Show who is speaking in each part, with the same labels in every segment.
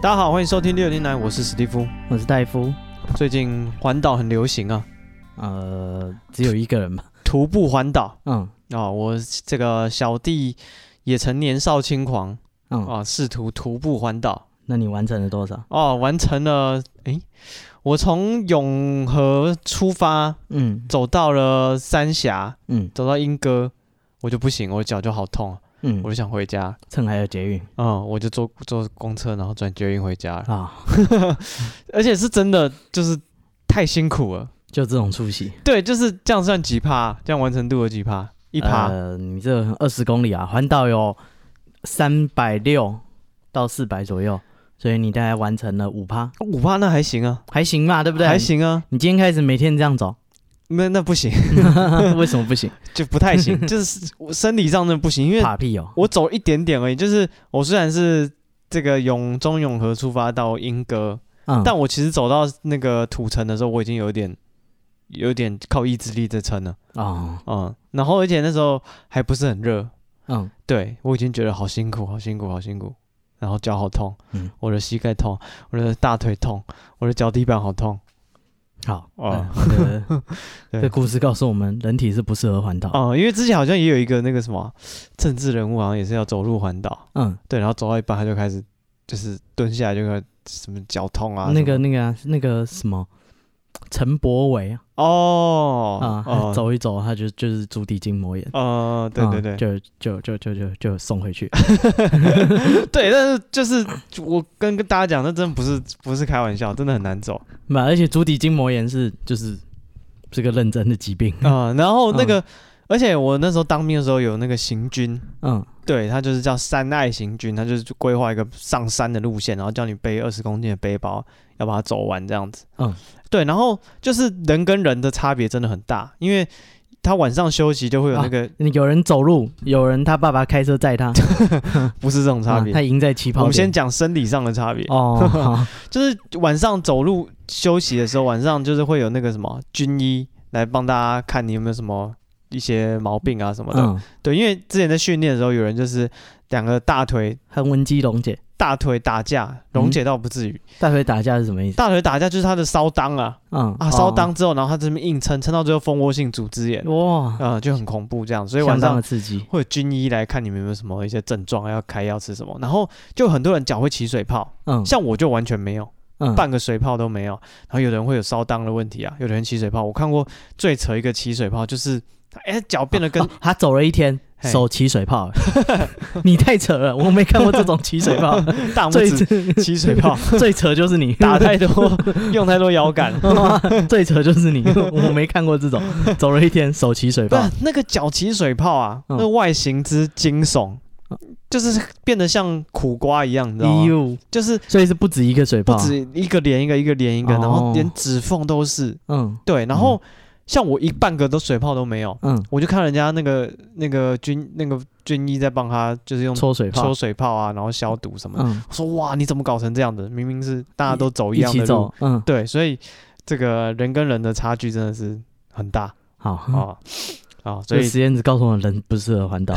Speaker 1: 大家好，欢迎收听六零男，我是史蒂夫。
Speaker 2: 我是戴夫。
Speaker 1: 最近环岛很流行啊，
Speaker 2: 呃，只有一个人嘛。
Speaker 1: 徒步环岛
Speaker 2: 嗯
Speaker 1: 啊，我这个小弟也曾年少轻狂
Speaker 2: 嗯、
Speaker 1: 啊，试图徒步环岛
Speaker 2: 那你完成了多少？
Speaker 1: 哦、完成了。诶，我从永和出发，
Speaker 2: 嗯
Speaker 1: 走到了三峡，
Speaker 2: 嗯
Speaker 1: 走到莺歌，我就不行，我脚就好痛啊，
Speaker 2: 嗯
Speaker 1: 我，就想回家。
Speaker 2: 趁还有捷运
Speaker 1: 嗯，我就坐坐公车，然后转捷运回家了，
Speaker 2: 啊，
Speaker 1: 而且是真的就是太辛苦了。
Speaker 2: 就这种出息。
Speaker 1: 对，就是这样算几趴，这样完成度有几趴？一趴、
Speaker 2: 呃，你这二十公里啊，环岛有三百六到四百左右，所以你大概完成了五趴，
Speaker 1: 五趴，那还行啊，
Speaker 2: 还行嘛，对不对？
Speaker 1: 还。行啊，
Speaker 2: 你今天开始每天这 样走，
Speaker 1: 那那不行，
Speaker 2: 为什么不行？
Speaker 1: 就不太 行，就是我生理上的不行，因为
Speaker 2: 怕屁哦。
Speaker 1: 我走一点点而已。就是我虽然是这个永中永和出发到莺歌，
Speaker 2: 嗯，
Speaker 1: 但我其实走到那个土城的时候，我已经有点有点靠意志力在撑了
Speaker 2: 哦，
Speaker 1: 嗯，然后而且那时候还不是很热，
Speaker 2: 嗯，
Speaker 1: 对我已经觉得好辛苦，好辛苦，好辛苦，然后脚好痛，
Speaker 2: 嗯
Speaker 1: 我的膝盖痛，我的大腿痛，我的脚底板好痛，
Speaker 2: 好。
Speaker 1: 哦
Speaker 2: 哦，这
Speaker 1: 对
Speaker 2: 这故事告诉我们，人体是不适合环岛。
Speaker 1: 哦、因为之前好像也有一个那个什么政治人物，好像也是要走路环岛，
Speaker 2: 嗯，
Speaker 1: 对，然后走到一半他就开始就是蹲下来就开始什么脚痛啊，
Speaker 2: 那
Speaker 1: 什么
Speaker 2: 个那个啊那个什么，陈柏伟啊。
Speaker 1: 哦
Speaker 2: 啊，他走一走，他就就是足底筋膜炎。
Speaker 1: 呃，对对对、
Speaker 2: 啊就就就就就就送回去。
Speaker 1: 对，但是就是我跟跟大家讲，那真的不是不是开玩笑，真的很难走
Speaker 2: 那而且足底筋膜炎是就是是个认真的疾病。
Speaker 1: 啊、然后那个，而且我那时候当兵的时候有那个行军，
Speaker 2: 嗯
Speaker 1: 对他就是叫山爱行军，他就是规划一个上山的路线，然后叫你背二十公斤的背包，要把它走完这样子。
Speaker 2: 嗯，
Speaker 1: 对，然后就是人跟人的差别真的很大，因为他晚上休息就会
Speaker 2: 啊
Speaker 1: 有那个、
Speaker 2: 有人走路，有人他爸爸开车载他，
Speaker 1: 不是这种差别。
Speaker 2: 啊他赢在起跑
Speaker 1: 我
Speaker 2: 点。
Speaker 1: 们先讲生理上的差别，
Speaker 2: 哦，好
Speaker 1: 就是晚上走路休息的时候，晚上就是会有那个什么军医来帮大家看你有没有什么一些毛病啊什么的。
Speaker 2: 嗯，
Speaker 1: 对，因为之前在训练的时候，有人就是两个大腿
Speaker 2: 和温基龙姐
Speaker 1: 大腿打架，
Speaker 2: 嗯
Speaker 1: 溶解到不至于。
Speaker 2: 大腿打架是什么意思？
Speaker 1: 大腿打架就是他的烧裆啊
Speaker 2: 嗯
Speaker 1: 啊，
Speaker 2: 哦
Speaker 1: 烧裆之后，然后他这边硬撑，撑到最后蜂窝性组织炎，
Speaker 2: 哇，
Speaker 1: 啊、就很恐怖这样。所以晚
Speaker 2: 相当
Speaker 1: 上
Speaker 2: 的刺激。
Speaker 1: 会有军医来看你们有没有什么一些症状，要开药吃什么。然后就很多人脚会起水泡，
Speaker 2: 嗯
Speaker 1: 像我就完全没有，
Speaker 2: 嗯，
Speaker 1: 半个水泡都没有。然后有人会有烧裆的问题啊，有的人起水泡，我看过最扯一个起水泡就是，哎，脚变得跟、
Speaker 2: 哦他走了一天，
Speaker 1: 嘿
Speaker 2: 手起水泡， 你太扯了，我没看过这种起水 泡。
Speaker 1: 大
Speaker 2: 最
Speaker 1: 拇指起水 泡，
Speaker 2: 最扯就是你
Speaker 1: 打太多，用太多摇杆。
Speaker 2: 最扯就是你，我没看过这种，走了一天手起水
Speaker 1: 不
Speaker 2: 泡，，
Speaker 1: 啊那个脚起水泡啊，
Speaker 2: 嗯
Speaker 1: 那外形之惊悚，就是变得像苦瓜一样，你知道吗？
Speaker 2: 呦，
Speaker 1: 就是
Speaker 2: 所以是不止一个水
Speaker 1: 不
Speaker 2: 泡，
Speaker 1: 止一个连一个，一个连一个，
Speaker 2: 哦
Speaker 1: 然后连指缝都是。
Speaker 2: 嗯
Speaker 1: 对，然后像我一半个都水泡都没有，
Speaker 2: 嗯，
Speaker 1: 我就看人家那个那个军那个军医在帮他，就是用
Speaker 2: 搓水
Speaker 1: 嗯搓
Speaker 2: 泡，
Speaker 1: 水泡啊，然后消毒什么的。
Speaker 2: 嗯，
Speaker 1: 我说哇，你怎么搞成这样的？明明是大家都走
Speaker 2: 一
Speaker 1: 样
Speaker 2: 起
Speaker 1: 的路，
Speaker 2: 走，嗯，
Speaker 1: 对，所以这个人跟人的差距真的是很大
Speaker 2: 好，
Speaker 1: 啊啊，所
Speaker 2: 所以
Speaker 1: 以
Speaker 2: 实验只告诉我们人不适合环岛，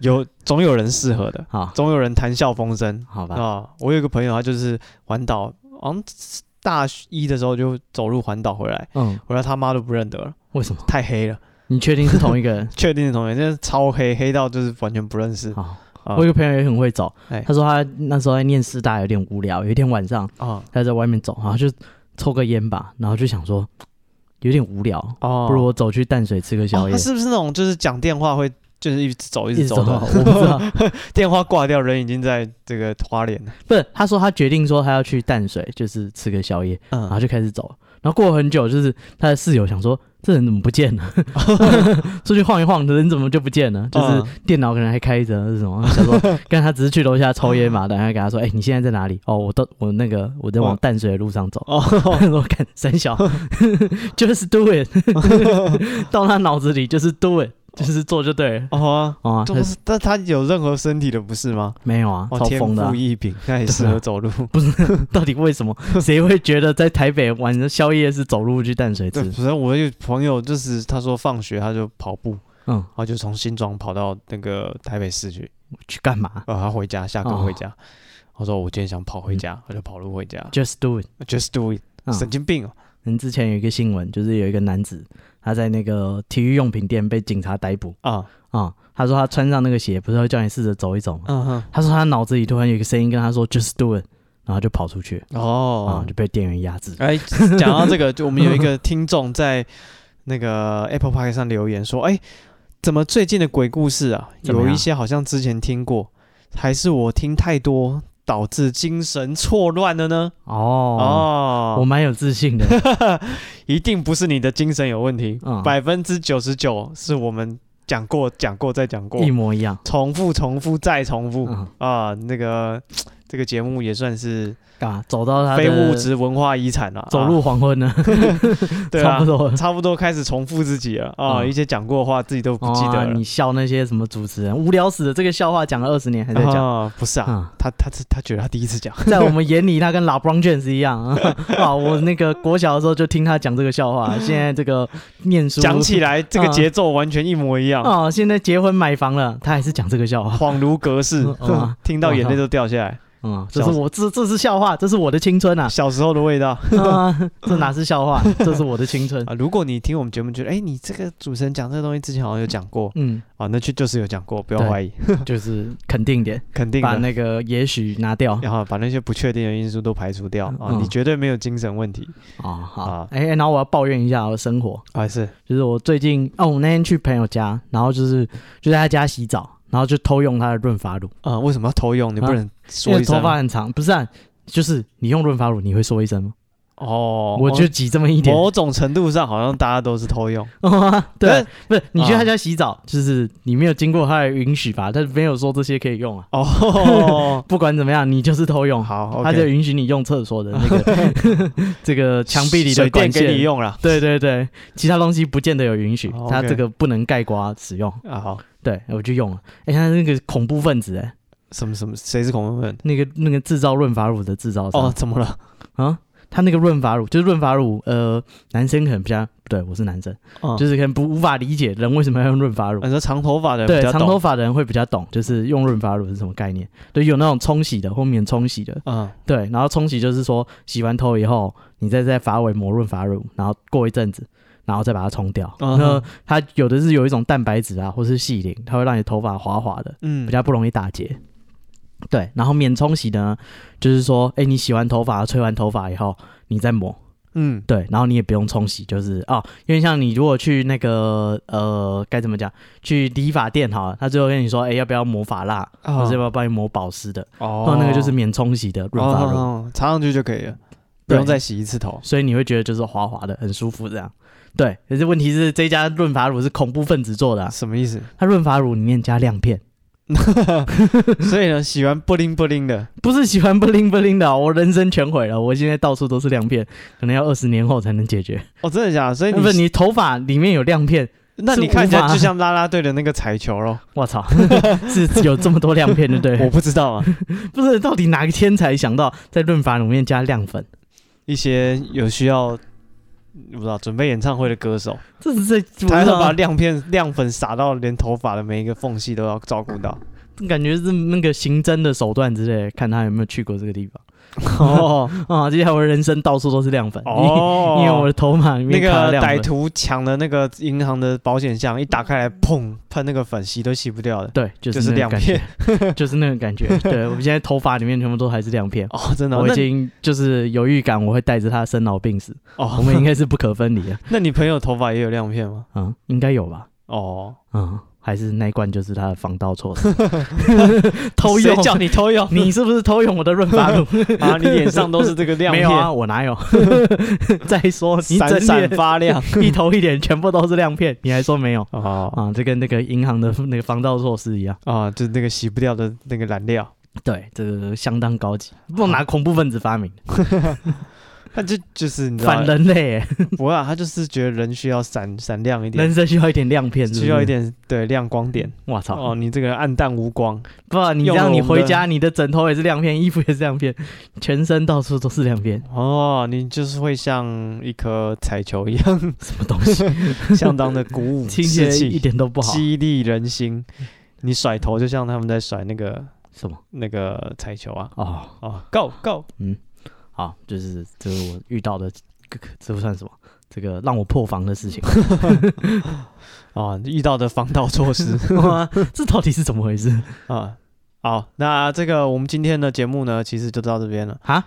Speaker 1: 有总有人适合的，
Speaker 2: 好，
Speaker 1: 总有人谈笑风生
Speaker 2: 好吧，
Speaker 1: 啊！我有一个朋友，他就是环岛，好像大一的时候就走路环岛回来，
Speaker 2: 嗯，
Speaker 1: 回来他妈都不认得了，
Speaker 2: 为什么？
Speaker 1: 太黑了，
Speaker 2: 你确定是同一个人？
Speaker 1: 确定是同学，真的超黑，黑到就是完全不认识
Speaker 2: 好。
Speaker 1: 啊
Speaker 2: 我有个朋友也很会走
Speaker 1: 哎，
Speaker 2: 他说他那时候在念师大有点无聊，有一天晚上
Speaker 1: 啊
Speaker 2: 他在外面走，然后就抽个烟吧，然后就想说有点无聊，
Speaker 1: 哦
Speaker 2: 不如我走去淡水吃个宵
Speaker 1: 哦
Speaker 2: 夜
Speaker 1: 他，是不是那种就是讲电话会就是一直走一
Speaker 2: 一
Speaker 1: 直
Speaker 2: 直
Speaker 1: 走
Speaker 2: 走，
Speaker 1: 的，
Speaker 2: 我不知道，
Speaker 1: 电话挂掉，人已经在这个花莲了，
Speaker 2: 不是，他说他决定说他要去淡水，就是吃个宵夜，然后
Speaker 1: 嗯，
Speaker 2: 就开始走。然后过了很久，就是他的室友想说，这人怎么不见 了？出去晃一晃，人怎么就不见了？
Speaker 1: 嗯
Speaker 2: 就是电脑可能还开着，是什么？想说， 刚他只是去楼下抽烟嘛，等下给他说，哎、你现在在哪里？哦，我到我那个我在往
Speaker 1: 哦
Speaker 2: 淡水的路上走。
Speaker 1: 哦，
Speaker 2: 我看三 小 ，just do it，到他脑子里就是 do it，就是做就对了。
Speaker 1: 哦啊，
Speaker 2: 哦、啊，
Speaker 1: 这
Speaker 2: 他
Speaker 1: 不是，但他有任何身体的不适吗？
Speaker 2: 没有啊，
Speaker 1: 哦，
Speaker 2: 超
Speaker 1: 天
Speaker 2: 疯的啊、
Speaker 1: 赋异禀，那也适合走路。
Speaker 2: 到底为什么？谁会觉得在台北晚上宵夜是走路去淡 水
Speaker 1: 对，
Speaker 2: 吃？
Speaker 1: 反正我有朋友就是他说放学他就跑步，
Speaker 2: 嗯，
Speaker 1: 然后就从新庄跑到那个台北市去，
Speaker 2: 去干嘛？
Speaker 1: 呃，他回家下课
Speaker 2: 哦
Speaker 1: 回家，哦他说我今天想跑回家，我就跑路回家。
Speaker 2: Just do it、
Speaker 1: Just do it，、
Speaker 2: 嗯。
Speaker 1: 神经病哦！
Speaker 2: 嗯，之前有一个新闻，就是有一个男子他在那个体育用品店被警察逮捕
Speaker 1: 啊，
Speaker 2: 啊、他说他穿上那个鞋，不是会叫你试着走一走吗？
Speaker 1: 嗯哼，
Speaker 2: 他说他脑子里突然有一个声音跟他说 “Just do it”，然后就跑出去，啊、
Speaker 1: 哦，
Speaker 2: 就被店员压制。
Speaker 1: 哎，讲到这个，就我们有一个听众在那 个 Apple Park 上留言说，哎，怎么最近的鬼故事啊，
Speaker 2: 怎么
Speaker 1: 有
Speaker 2: 样
Speaker 1: 一些好像之前听过，还是我听太多导致精神错乱了呢？
Speaker 2: 哦，我
Speaker 1: 哦，
Speaker 2: 蛮有自信的。
Speaker 1: 一定不是你的精神有问题
Speaker 2: 嗯，
Speaker 1: 百分之九十九是我们讲过、讲过再讲过
Speaker 2: 一，模一样。
Speaker 1: 重复、重复再重复
Speaker 2: 嗯，
Speaker 1: 啊！那个这个节目也算是
Speaker 2: 干嘛？啊走到他的
Speaker 1: 非物质文化遗产了，
Speaker 2: 走入黄昏呢，
Speaker 1: 啊对
Speaker 2: 差
Speaker 1: 啊
Speaker 2: 不。多了。
Speaker 1: 差不多开始重复自己了啊！
Speaker 2: 嗯
Speaker 1: 一些讲过的话自己都不记得
Speaker 2: 哦
Speaker 1: 了
Speaker 2: 你。笑那些什么主持人无聊死了，这个笑话讲了二十年还在讲。
Speaker 1: 啊，不是啊，
Speaker 2: 啊、
Speaker 1: 他他他他觉得他第一次 讲，
Speaker 2: 在我们眼里，他跟 LeBron James 一样 啊！哇我那个国小的时候就听他讲这个笑 话，现在这个念书
Speaker 1: 讲起来这个节奏完全一模一样，
Speaker 2: 哦，现在结婚买房了，他还是讲这个笑 话。
Speaker 1: 恍如隔世
Speaker 2: 嗯嗯，
Speaker 1: 听到眼泪都掉下来。
Speaker 2: 嗯，这是我这这是笑话，这是我的青春 啊！
Speaker 1: 小时候的味道
Speaker 2: 啊，这哪是笑话，这是我的 青春。
Speaker 1: 啊！如果你听我们节目觉得，哎，你这个主持人讲这个东西之前好像有讲过
Speaker 2: 嗯，
Speaker 1: 啊，那就就是有讲过，不要
Speaker 2: 对
Speaker 1: 怀疑，
Speaker 2: 就是肯定点，
Speaker 1: 肯定
Speaker 2: 把
Speaker 1: 的。
Speaker 2: 那个也许拿掉。
Speaker 1: 然后把那些不确定的因素都排除掉啊，
Speaker 2: 嗯
Speaker 1: 你绝对没有精神问题
Speaker 2: 哦，好
Speaker 1: 啊，
Speaker 2: 哎、然后我要抱怨一下我的生活，
Speaker 1: 啊！是
Speaker 2: 就是我最近哦，我那天去朋友家，然后就是就在他家洗澡，然后就偷用他的润发乳，
Speaker 1: 啊，为什么要偷用？你不
Speaker 2: 啊
Speaker 1: 能
Speaker 2: 因
Speaker 1: 说
Speaker 2: 为
Speaker 1: 一
Speaker 2: 头
Speaker 1: 声
Speaker 2: 发很长，不是、啊，就是你用润发乳，你会说一声吗？
Speaker 1: 哦？
Speaker 2: 我
Speaker 1: 哦
Speaker 2: 就挤这么一点，
Speaker 1: 某种程度上，好像大家都是偷用。
Speaker 2: 对
Speaker 1: 但，
Speaker 2: 不是你去
Speaker 1: 啊
Speaker 2: 他家洗澡，就是你没有经过他的允许吧？他没有说这些可以用啊。
Speaker 1: 哦，
Speaker 2: 不管怎么样，你就是偷用，
Speaker 1: 好，
Speaker 2: 他就允许你用厕所的那 个这个墙壁里的
Speaker 1: 水电
Speaker 2: 管线
Speaker 1: 给你。用了
Speaker 2: 对对对，其他东西不见得有允许
Speaker 1: 哦，
Speaker 2: 他
Speaker 1: OK
Speaker 2: 这个不能盖瓜使用。
Speaker 1: 啊。好，
Speaker 2: 对，我就用了。哎，他那个恐怖分子，哎，
Speaker 1: 什么什么，谁是恐怖分子？
Speaker 2: 那个那个制造润发乳的制造商
Speaker 1: 哦，怎么了？
Speaker 2: 啊，他那个润发乳就是润发乳，呃，男生可能比较不对，我是男生，
Speaker 1: 嗯
Speaker 2: 就是可能不无法理解人为什么要用润发乳
Speaker 1: 啊。你说长头发的
Speaker 2: 对
Speaker 1: 比，较
Speaker 2: 长头
Speaker 1: 懂，
Speaker 2: 发的人会比较懂，就是用润发乳是什么概念。对，有那种冲洗的或免冲洗的，
Speaker 1: 嗯，
Speaker 2: 对，然后冲洗就是说洗完头以后，你再在发尾抹润发乳，然后过一阵子，然后再把它冲掉。
Speaker 1: 嗯
Speaker 2: 那
Speaker 1: 哼
Speaker 2: 它有的是有一种蛋白质啊，或是细鳞，它会让你头发滑滑的，
Speaker 1: 嗯，
Speaker 2: 比较不容易打结。对，然后免冲洗呢，就是说，哎、你洗完头发、吹完头发以后，你再抹，
Speaker 1: 嗯
Speaker 2: 对，然后你也不用冲洗，就是哦，因为像你如果去那个呃，该怎么讲，去理发店好了，他最后跟你说，哎、要不要抹发蜡，或
Speaker 1: 啊
Speaker 2: 者要不要帮你抹保湿的，然
Speaker 1: 哦
Speaker 2: 后那个就是免冲洗的润发乳，
Speaker 1: 哦，哦插上去就可以了，不
Speaker 2: 对
Speaker 1: 用再洗一次头。
Speaker 2: 所以你会觉得就是滑滑的，很舒服这样。对，可是问题是这家润发乳是恐怖分子做的啊、
Speaker 1: 什么意思？
Speaker 2: 它润发乳里面加亮片，
Speaker 1: 所以呢，喜欢布灵布灵的，
Speaker 2: 不是喜欢不灵不灵的啊、我人生全毁了，我现在到处都是亮片，可能要二十年后才能解决。
Speaker 1: 哦，真的假的？所以
Speaker 2: 不是
Speaker 1: 你，
Speaker 2: 你头发里面有亮片，
Speaker 1: 那你
Speaker 2: 是
Speaker 1: 看起来
Speaker 2: 无法
Speaker 1: 就像啦啦队的那个彩球咯。
Speaker 2: 我操，是有这么多亮片的对了？
Speaker 1: 我不知道啊，
Speaker 2: 不是，到底哪个天才想到在润发里面加亮粉？
Speaker 1: 一些有需要。不知道准备演唱会的歌手，
Speaker 2: 这是在
Speaker 1: 他
Speaker 2: 我
Speaker 1: 要
Speaker 2: 不知道啊
Speaker 1: 把亮片亮粉撒到连头发的每一个缝隙都要照顾 到。
Speaker 2: 感觉是那个刑侦的手段之类的，看他有没有去过这个地方
Speaker 1: 哦，
Speaker 2: 啊、接下来我的人生到处都是亮粉，
Speaker 1: 哦
Speaker 2: 因为我的头发里
Speaker 1: 那
Speaker 2: 面卡了
Speaker 1: 个
Speaker 2: 亮
Speaker 1: 歹
Speaker 2: 粉。
Speaker 1: 徒抢了那个银行的保险箱，一打开来，砰，喷那个粉，洗都洗不掉的。
Speaker 2: 对，就
Speaker 1: 就是是
Speaker 2: 那个
Speaker 1: 亮
Speaker 2: 感
Speaker 1: 片
Speaker 2: 觉， 就是那个感觉。对我现在头发里面全部都还是亮片，
Speaker 1: 哦，真的哦、
Speaker 2: 我已
Speaker 1: 那
Speaker 2: 经就是有预感，我会带着他生老 病死，我
Speaker 1: 哦，
Speaker 2: 们应该是不可分离的。
Speaker 1: 那你朋友头发也有亮片吗？
Speaker 2: 嗯，应该有吧？
Speaker 1: 哦，
Speaker 2: 嗯，还是那一罐就是他的防盗措 施，偷用
Speaker 1: 谁叫你偷用？
Speaker 2: 你是不是偷用我的润 发乳？
Speaker 1: 啊，你脸上都是这个 亮
Speaker 2: 没
Speaker 1: 片，
Speaker 2: 有啊，我 哪有？再说你整
Speaker 1: 闪闪
Speaker 2: 脸
Speaker 1: 发 亮。
Speaker 2: 一头一脸全部都是亮片，你还说没有
Speaker 1: 哦
Speaker 2: 啊？这跟那个银行的那个防盗措施一样。
Speaker 1: 啊，就是那个洗不掉的那个染料。
Speaker 2: 对，这个相当高级，不懂哪恐怖分子发明的，
Speaker 1: 那就就是你知道
Speaker 2: 反，人类耶，
Speaker 1: 不会啊，他就是觉得人需要闪闪亮一点
Speaker 2: 人，生需要一点亮片是不是，
Speaker 1: 需要一。点对亮光点。
Speaker 2: 我操！
Speaker 1: 哦，你这个人暗淡无光，
Speaker 2: 不然你
Speaker 1: 用
Speaker 2: 这
Speaker 1: 了
Speaker 2: 样，你
Speaker 1: 我们的
Speaker 2: 回家，你的枕头也是亮片，衣服也是亮片，全身到处都是亮片，
Speaker 1: 哦，你就是会像一颗彩球一样。
Speaker 2: 什么东西？
Speaker 1: 相当的鼓舞
Speaker 2: 听起
Speaker 1: 士
Speaker 2: 来一
Speaker 1: 气，
Speaker 2: 点都不好。
Speaker 1: 激励人心。你甩头就像他们在甩那个
Speaker 2: 什么？
Speaker 1: 那个彩球啊，
Speaker 2: 哦，
Speaker 1: 哦，Go Go，
Speaker 2: 好，就是这是我遇到的，这不算什么，这个让我破防的事情。
Speaker 1: 哦，遇到的防盗措 施
Speaker 2: 哇这到底是怎么回 事
Speaker 1: 啊。好，那这个我们今天的节目呢，其实就到这边了。
Speaker 2: 啊？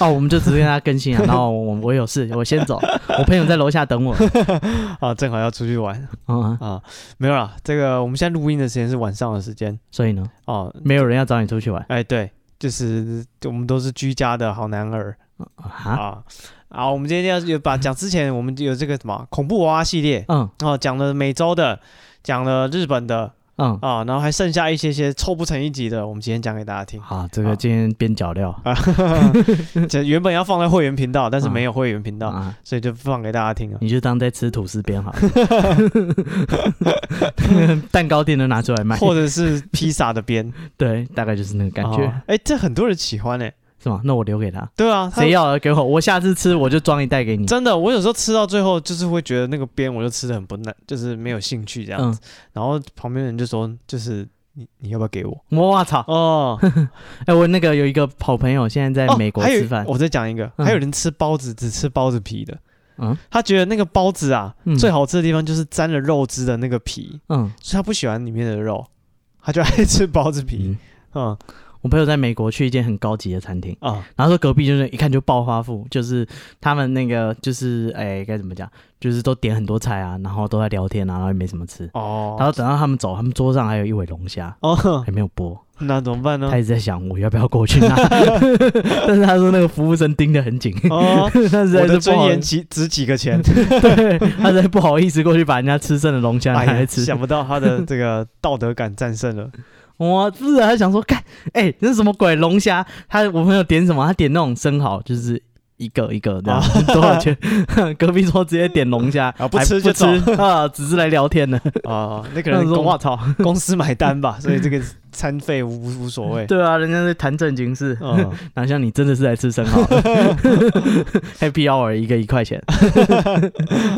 Speaker 2: 哦，我们就只是跟他更新啊，然后我我有事， 我先走，我朋友在楼下等我。
Speaker 1: 啊，正好要出去玩
Speaker 2: 啊、
Speaker 1: 啊，没有啦。这个我们现在录音的时间是晚上的时间
Speaker 2: 所以呢，
Speaker 1: 哦。
Speaker 2: 没有人要找你出去玩
Speaker 1: 哎，对，就是我们都是居家的好男儿
Speaker 2: 啊？
Speaker 1: 啊啊。我们今天要有把讲之前，我们有这个什么恐怖娃娃系列，
Speaker 2: 嗯
Speaker 1: 哦，讲了美洲的，讲了日本的
Speaker 2: 嗯，
Speaker 1: 啊，然后还剩下一些些凑不成一集的，我们今天讲给大 家听。
Speaker 2: 好，啊这个
Speaker 1: 好
Speaker 2: 今天边角料
Speaker 1: 啊，这原本要放在会员频道，但是没有会员频道，
Speaker 2: 啊，
Speaker 1: 所以就放给大家听啊了。
Speaker 2: 你就当在吃吐司边好了， 蛋糕店都拿出来卖，
Speaker 1: 或者是披萨的边
Speaker 2: 对，大概就是那个 感觉，
Speaker 1: 哦哎、这很多人喜欢哎、
Speaker 2: 是吗？那我留给他，
Speaker 1: 对啊，他
Speaker 2: 谁要了给我，我下次吃我就装一袋给你。
Speaker 1: 真的，我有时候吃到最后就是会觉得那个边我就吃的很不耐，就是没有兴趣这样
Speaker 2: 嗯
Speaker 1: 子。，然后旁边人就说，就是你你要不要给我？
Speaker 2: 我操！
Speaker 1: 哦，
Speaker 2: 哎，我那个有一个好朋友现在在
Speaker 1: 哦
Speaker 2: 美国
Speaker 1: 还有
Speaker 2: 吃饭，
Speaker 1: 我再讲一个，
Speaker 2: 嗯
Speaker 1: 还有人吃包子只吃包子皮的。
Speaker 2: 嗯
Speaker 1: 他觉得那个包子啊，
Speaker 2: 嗯
Speaker 1: 最好吃的地方就是沾了肉汁的那个皮，
Speaker 2: 嗯
Speaker 1: 所以他不喜欢里面的肉，他就爱吃包子皮
Speaker 2: 嗯。，
Speaker 1: 嗯
Speaker 2: 我朋友在美国去一间很高级的餐厅，
Speaker 1: 啊
Speaker 2: 然后说隔壁就是一看就暴发户，就是他们那个就是哎该怎么讲，就是都点很多菜啊，然后都在聊天啊，然后也没什么吃。然
Speaker 1: 哦
Speaker 2: 后等到他们走，他们桌上还有一尾龙虾
Speaker 1: 哦，
Speaker 2: 还没有剥，
Speaker 1: 那怎么办呢
Speaker 2: 他？一直在想我要不要过去拿， 但是他说那个服务生盯得很紧，
Speaker 1: 哦，
Speaker 2: 他实
Speaker 1: 我
Speaker 2: 在
Speaker 1: 的
Speaker 2: 是不
Speaker 1: 尊
Speaker 2: 好
Speaker 1: 严
Speaker 2: 意思，
Speaker 1: 几值几个 钱？
Speaker 2: 对，他实在不好意思过去把人家吃剩的龙虾拿
Speaker 1: 哎呀
Speaker 2: 来吃。
Speaker 1: 想不到他的这个道德感战胜了。
Speaker 2: 我是啊，他想说，看，哎、这是什么鬼龙虾？他我朋友点什么？他点那种生蚝，就是一个一个这样， 多少钱？隔壁桌直接点龙虾，
Speaker 1: 哦 啊不
Speaker 2: 还
Speaker 1: 吃就
Speaker 2: 不吃 啊，只是来聊天的。
Speaker 1: 啊，那个
Speaker 2: 那
Speaker 1: 人
Speaker 2: 种我
Speaker 1: 公
Speaker 2: 操，
Speaker 1: 公司买单 吧，所以这个餐费无无所谓。
Speaker 2: 对啊，人家在谈正经事，
Speaker 1: 嗯，
Speaker 2: 哪像你真的是 来吃生蚝？Happy Hour 一个 一块钱，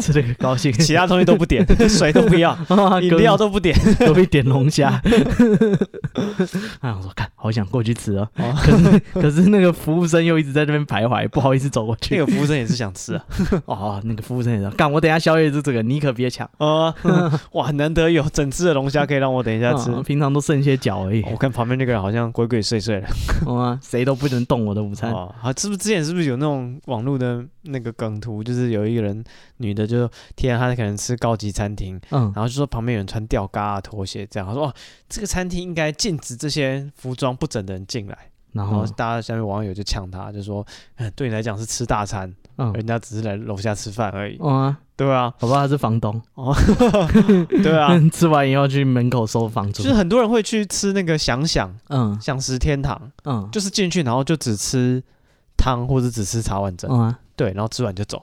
Speaker 2: 吃这个高兴。
Speaker 1: 其他东西都不 点，水都不要，
Speaker 2: 啊
Speaker 1: 饮
Speaker 2: 隔壁
Speaker 1: 料都不点。
Speaker 2: 隔壁点龙虾，他想说，看，好想过去吃啊，
Speaker 1: 哦
Speaker 2: 可是可是那个服务生又一直在那边徘徊，不好意思走过去
Speaker 1: 那。个服务生也是想吃啊。
Speaker 2: 哦，那个服务生也说，干，我等一下宵夜就这个，你可别抢，
Speaker 1: 啊、 哇，难得有整只的龙虾可以让我等一下吃。
Speaker 2: 嗯平常都剩些脚而已，
Speaker 1: 我看旁边那个人好像鬼鬼祟祟的。
Speaker 2: 嗯啊谁都不能动我的午餐。
Speaker 1: 哦，啊，是不是之前是不是有那种网络的那个梗图，就是有一个人女的就贴她可能吃高级餐厅，
Speaker 2: 嗯
Speaker 1: 然后就说旁边有人穿吊嘎、啊、拖鞋这样，她说哦，这个餐厅应该禁止这些服装不整的人进来。
Speaker 2: 然
Speaker 1: 然后
Speaker 2: 后
Speaker 1: 大家下面网友就呛他，就说，嗯对你来讲是吃大餐，
Speaker 2: 嗯
Speaker 1: 人家只是来楼下吃饭而已。
Speaker 2: 嗯啊，
Speaker 1: 对啊，
Speaker 2: 好吧，他是房东，
Speaker 1: 哦，对 啊，
Speaker 2: 吃完以后去门口收房租
Speaker 1: 就。是很多人会去吃那个想想
Speaker 2: 嗯
Speaker 1: 想食天堂。
Speaker 2: 嗯
Speaker 1: 就是进去，然后就只吃汤或者只吃茶碗蒸，
Speaker 2: 嗯啊
Speaker 1: 对，然后吃完就走，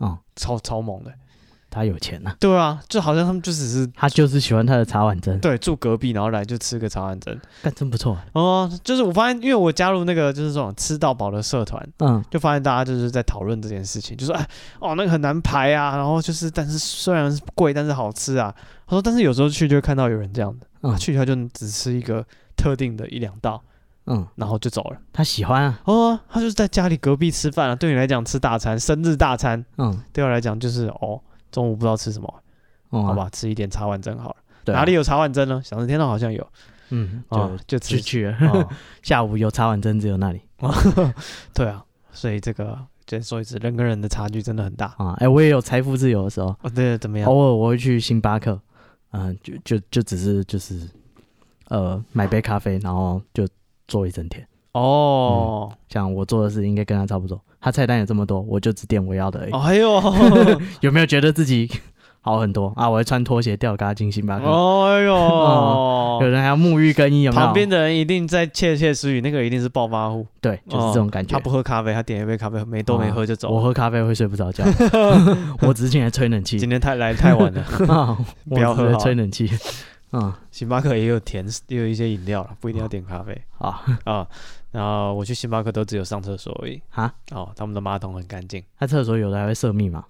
Speaker 2: 嗯，
Speaker 1: 超超猛的。
Speaker 2: 他有钱呐，
Speaker 1: 对啊，就好像他们就只是
Speaker 2: 他就是喜欢他的茶碗蒸，
Speaker 1: 对住隔壁，然后来就吃个茶碗蒸。
Speaker 2: 干真不错。
Speaker 1: 哦、就是我发现，因为我加入那个就是这种吃到饱的社团，
Speaker 2: 嗯
Speaker 1: 就发现大家就是在讨论这件事情，就说哎哦那个很难排啊，然后就是但是虽然是贵，但是好吃啊。他说，但是有时候去就会看到有人这样的，啊
Speaker 2: 嗯
Speaker 1: 去他就只吃一个特定的一两道，
Speaker 2: 嗯，
Speaker 1: 然后就走了。
Speaker 2: 他喜欢啊。
Speaker 1: 哦，他就是在家里隔壁吃饭啊，对你来讲吃大餐，生日大餐。
Speaker 2: 嗯，
Speaker 1: 对我来讲就是哦，中午不知道吃什么，
Speaker 2: 嗯啊
Speaker 1: 好，吧，吃一点茶碗蒸好了。
Speaker 2: 对啊
Speaker 1: 哪里？有茶碗蒸呢？想着天堂好像有
Speaker 2: 嗯，
Speaker 1: 啊
Speaker 2: 就，
Speaker 1: 就
Speaker 2: 去
Speaker 1: 吃。
Speaker 2: 去了。
Speaker 1: 哦
Speaker 2: 下午有茶碗蒸，只有那里。
Speaker 1: 对啊，所以这个再说一次，人跟人的差距真的很大。
Speaker 2: 啊，哎，我也有财富自由的时候。
Speaker 1: 哦，对，怎么样？
Speaker 2: 偶尔我会去星巴克，嗯、就就就只是就是，呃，买杯咖啡，然后就坐一整天。
Speaker 1: 哦，
Speaker 2: 像我做的事应该跟他差不多，他菜单有这么多，我就只点我要的而已。
Speaker 1: 哎呦，
Speaker 2: 有没有觉得自己好很多啊？我还穿拖鞋吊嘎进星巴克，
Speaker 1: 哦，哎
Speaker 2: 有
Speaker 1: 哎呦，
Speaker 2: 人还要沐浴更衣，有没有？
Speaker 1: 旁边的人一定在窃窃私语，那个一定是暴发户，
Speaker 2: 对，就是这种感觉。哦
Speaker 1: 他不喝咖啡，他点一杯咖啡，没都没喝就走
Speaker 2: 我
Speaker 1: 了。
Speaker 2: 喝咖啡会睡不着 觉，我只是进来吹冷气
Speaker 1: 今天太来太晚 了，
Speaker 2: 啊，
Speaker 1: 不要喝
Speaker 2: 我
Speaker 1: 好
Speaker 2: 只是
Speaker 1: 了
Speaker 2: 吹 冷气。嗯，
Speaker 1: 星巴克也有甜，也有一些饮料了，不一定要点咖 啡。
Speaker 2: 好
Speaker 1: 啊，然后我去星巴克都只有上厕所而已
Speaker 2: 啊。
Speaker 1: 哦，他们的马桶很干净
Speaker 2: 他厕所有的还会设密码，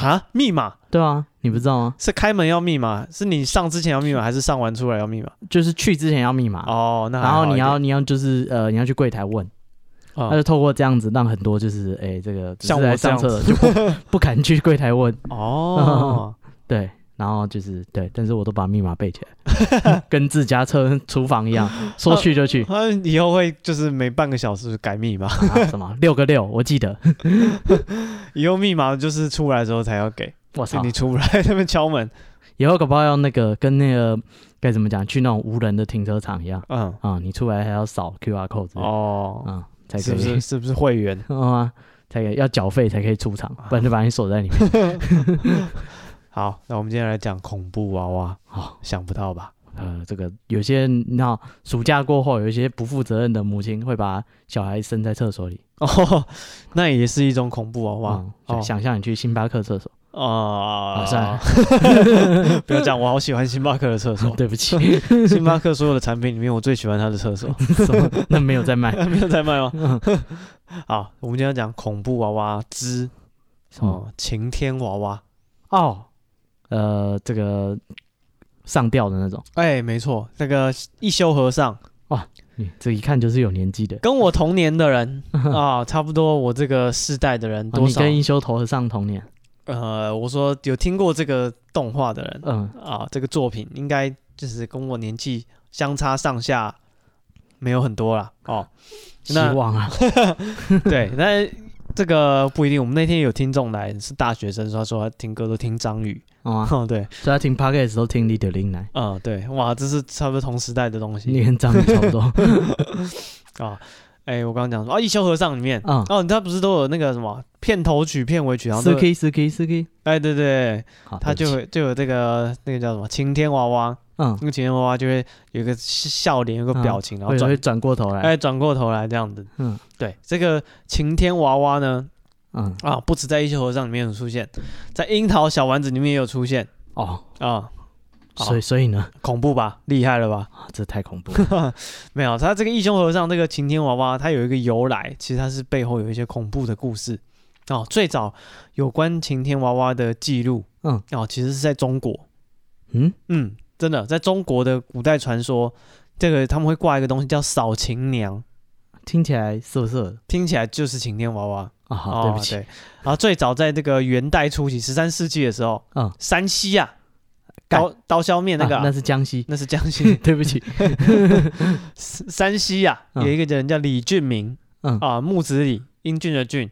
Speaker 1: 啊，密码
Speaker 2: 对啊，你不知道吗？
Speaker 1: 是开门要密码，是你上之前要密码，还是上完出来要密码？
Speaker 2: 就是去之前要密码，
Speaker 1: 哦，那还
Speaker 2: 啊然
Speaker 1: 好
Speaker 2: 后你
Speaker 1: 一点
Speaker 2: 要你要就是呃你要去柜台问，
Speaker 1: 哦
Speaker 2: 他就透过这样子让很多就是哎、这个只
Speaker 1: 像
Speaker 2: 是
Speaker 1: 我
Speaker 2: 来
Speaker 1: 这样
Speaker 2: 上厕 所就 不不敢去柜台问，
Speaker 1: 哦，。
Speaker 2: 对，然后就是对，但是我都把密码背起来，跟自家车厨房一样，说去就去
Speaker 1: 他以后会就是每半个小时改密码，
Speaker 2: 啊、什么六个六，我记得，
Speaker 1: 以后密码就是出来的时候才要给，
Speaker 2: 我
Speaker 1: 是
Speaker 2: 操！
Speaker 1: 你出不来那边敲门，
Speaker 2: 以后搞不好要那个跟那个该怎么讲，去那种无人的停车场一样
Speaker 1: 嗯，
Speaker 2: 啊、你出来还要扫 QR code 之类的
Speaker 1: 哦，
Speaker 2: 啊、才可
Speaker 1: 是
Speaker 2: 以，
Speaker 1: 不是 是不是会员？
Speaker 2: 啊，才可以要缴费才可以出场，不然就把你锁在里面。
Speaker 1: 好，那我们今天来讲恐怖娃娃，
Speaker 2: 好
Speaker 1: 想不到吧？
Speaker 2: 呃，这个有些你知道，暑假过后，有一些不负责任的母亲会把小孩生在厕所里。
Speaker 1: 哦，那也是一种恐怖娃娃
Speaker 2: 嗯
Speaker 1: 哦
Speaker 2: 想想象你去星巴克厕所，
Speaker 1: 啊
Speaker 2: 啊算 了，
Speaker 1: 不要讲，我好喜欢星巴克的厕所
Speaker 2: 对不起，
Speaker 1: 星巴克所有的产品里面，我最喜欢它的厕所。
Speaker 2: 什么那没有在 卖
Speaker 1: 没有在卖吗？好，我们今天要讲恐怖娃娃之
Speaker 2: 什么
Speaker 1: 哦，晴天娃娃。
Speaker 2: 哦，呃，这个上吊的那种，
Speaker 1: 哎、没错，那个一休和尚
Speaker 2: 嗯这一看就是有年纪的。
Speaker 1: 跟我同年的 人啊，差不多我这个世代的人
Speaker 2: 哦
Speaker 1: 多
Speaker 2: 你
Speaker 1: 少？
Speaker 2: 跟一休头和尚同年，
Speaker 1: 呃，我说有听过这个动画的人
Speaker 2: 嗯，
Speaker 1: 啊，这个作品应该就是跟我年纪相差上下没有很多啦。哦，
Speaker 2: 希
Speaker 1: 那
Speaker 2: 望啊，
Speaker 1: 对，那这个不一定。我们那天有听众来是大学生，说他说他听歌都听张宇。
Speaker 2: 好吗？
Speaker 1: 哦， 对，
Speaker 2: 所以他听 podcast 都听 Leader 林来，
Speaker 1: 嗯，对，哇，这是差不多同时代的东
Speaker 2: 你
Speaker 1: 西
Speaker 2: 跟张宇差不多。
Speaker 1: 啊。哎、我刚刚讲说啊，一休和尚里面，
Speaker 2: 嗯
Speaker 1: 哦，他不是都有那个什么片头曲、片尾曲，然后都
Speaker 2: 司
Speaker 1: 有
Speaker 2: 机司机司机，
Speaker 1: 哎，对对，
Speaker 2: 好，
Speaker 1: 他
Speaker 2: 对
Speaker 1: 就
Speaker 2: 不起
Speaker 1: 会就有这个那个叫什么晴天娃娃，
Speaker 2: 嗯，
Speaker 1: 那个晴天娃娃就会有一个笑脸，有个
Speaker 2: 嗯
Speaker 1: 表情，然后
Speaker 2: 会
Speaker 1: 转
Speaker 2: 会转过头来，
Speaker 1: 哎转过头来这样子。
Speaker 2: 嗯
Speaker 1: 对，这个晴天娃娃呢，
Speaker 2: 嗯，
Speaker 1: 啊，不止在一休和尚里面有出现，在樱桃小丸子里面也有出现
Speaker 2: 哦，
Speaker 1: 啊，好
Speaker 2: 所以所以呢，
Speaker 1: 恐怖吧，厉害了吧？
Speaker 2: 啊这太恐 怖了，
Speaker 1: 没有，他这个义兄和尚这个晴天娃娃，它有一个由来，其实它是背后有一些恐怖的故事哦。最早有关晴天娃娃的记录，
Speaker 2: 嗯，
Speaker 1: 哦，其实是在中国，
Speaker 2: 嗯，
Speaker 1: 嗯，真的，在中国的古代传说，这个他们会挂一个东西叫扫晴娘，
Speaker 2: 听起来涩涩的
Speaker 1: 听起来就是晴天娃娃。
Speaker 2: 啊，好，对不起，
Speaker 1: 对然后最早在这个元代初期，十三世纪的时候，
Speaker 2: 嗯，
Speaker 1: 山西啊，
Speaker 2: 干
Speaker 1: 刀刀削面那个啊、嗯
Speaker 2: 啊那是江西，
Speaker 1: 那是江西
Speaker 2: 对不起，
Speaker 1: 山西啊，
Speaker 2: 嗯
Speaker 1: 有一个人叫李俊明，
Speaker 2: 嗯
Speaker 1: 啊，木子李，英俊的俊，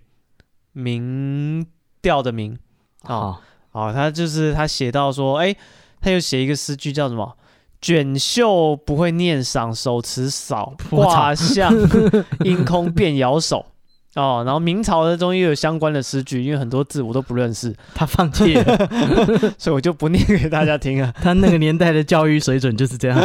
Speaker 1: 民调的民，啊，
Speaker 2: 好，
Speaker 1: 啊，他就是他写到说，哎、他又写一个诗句叫什么？卷袖不会念赏，手持扫，
Speaker 2: 我操
Speaker 1: 画 向阴空便摇手。哦，然后明朝的中又有相关的诗句，因为很多字我都不认识，
Speaker 2: 他放弃 了，
Speaker 1: 所以我就不念给大家听啊。
Speaker 2: 他那个年代的教育水准就是 这样，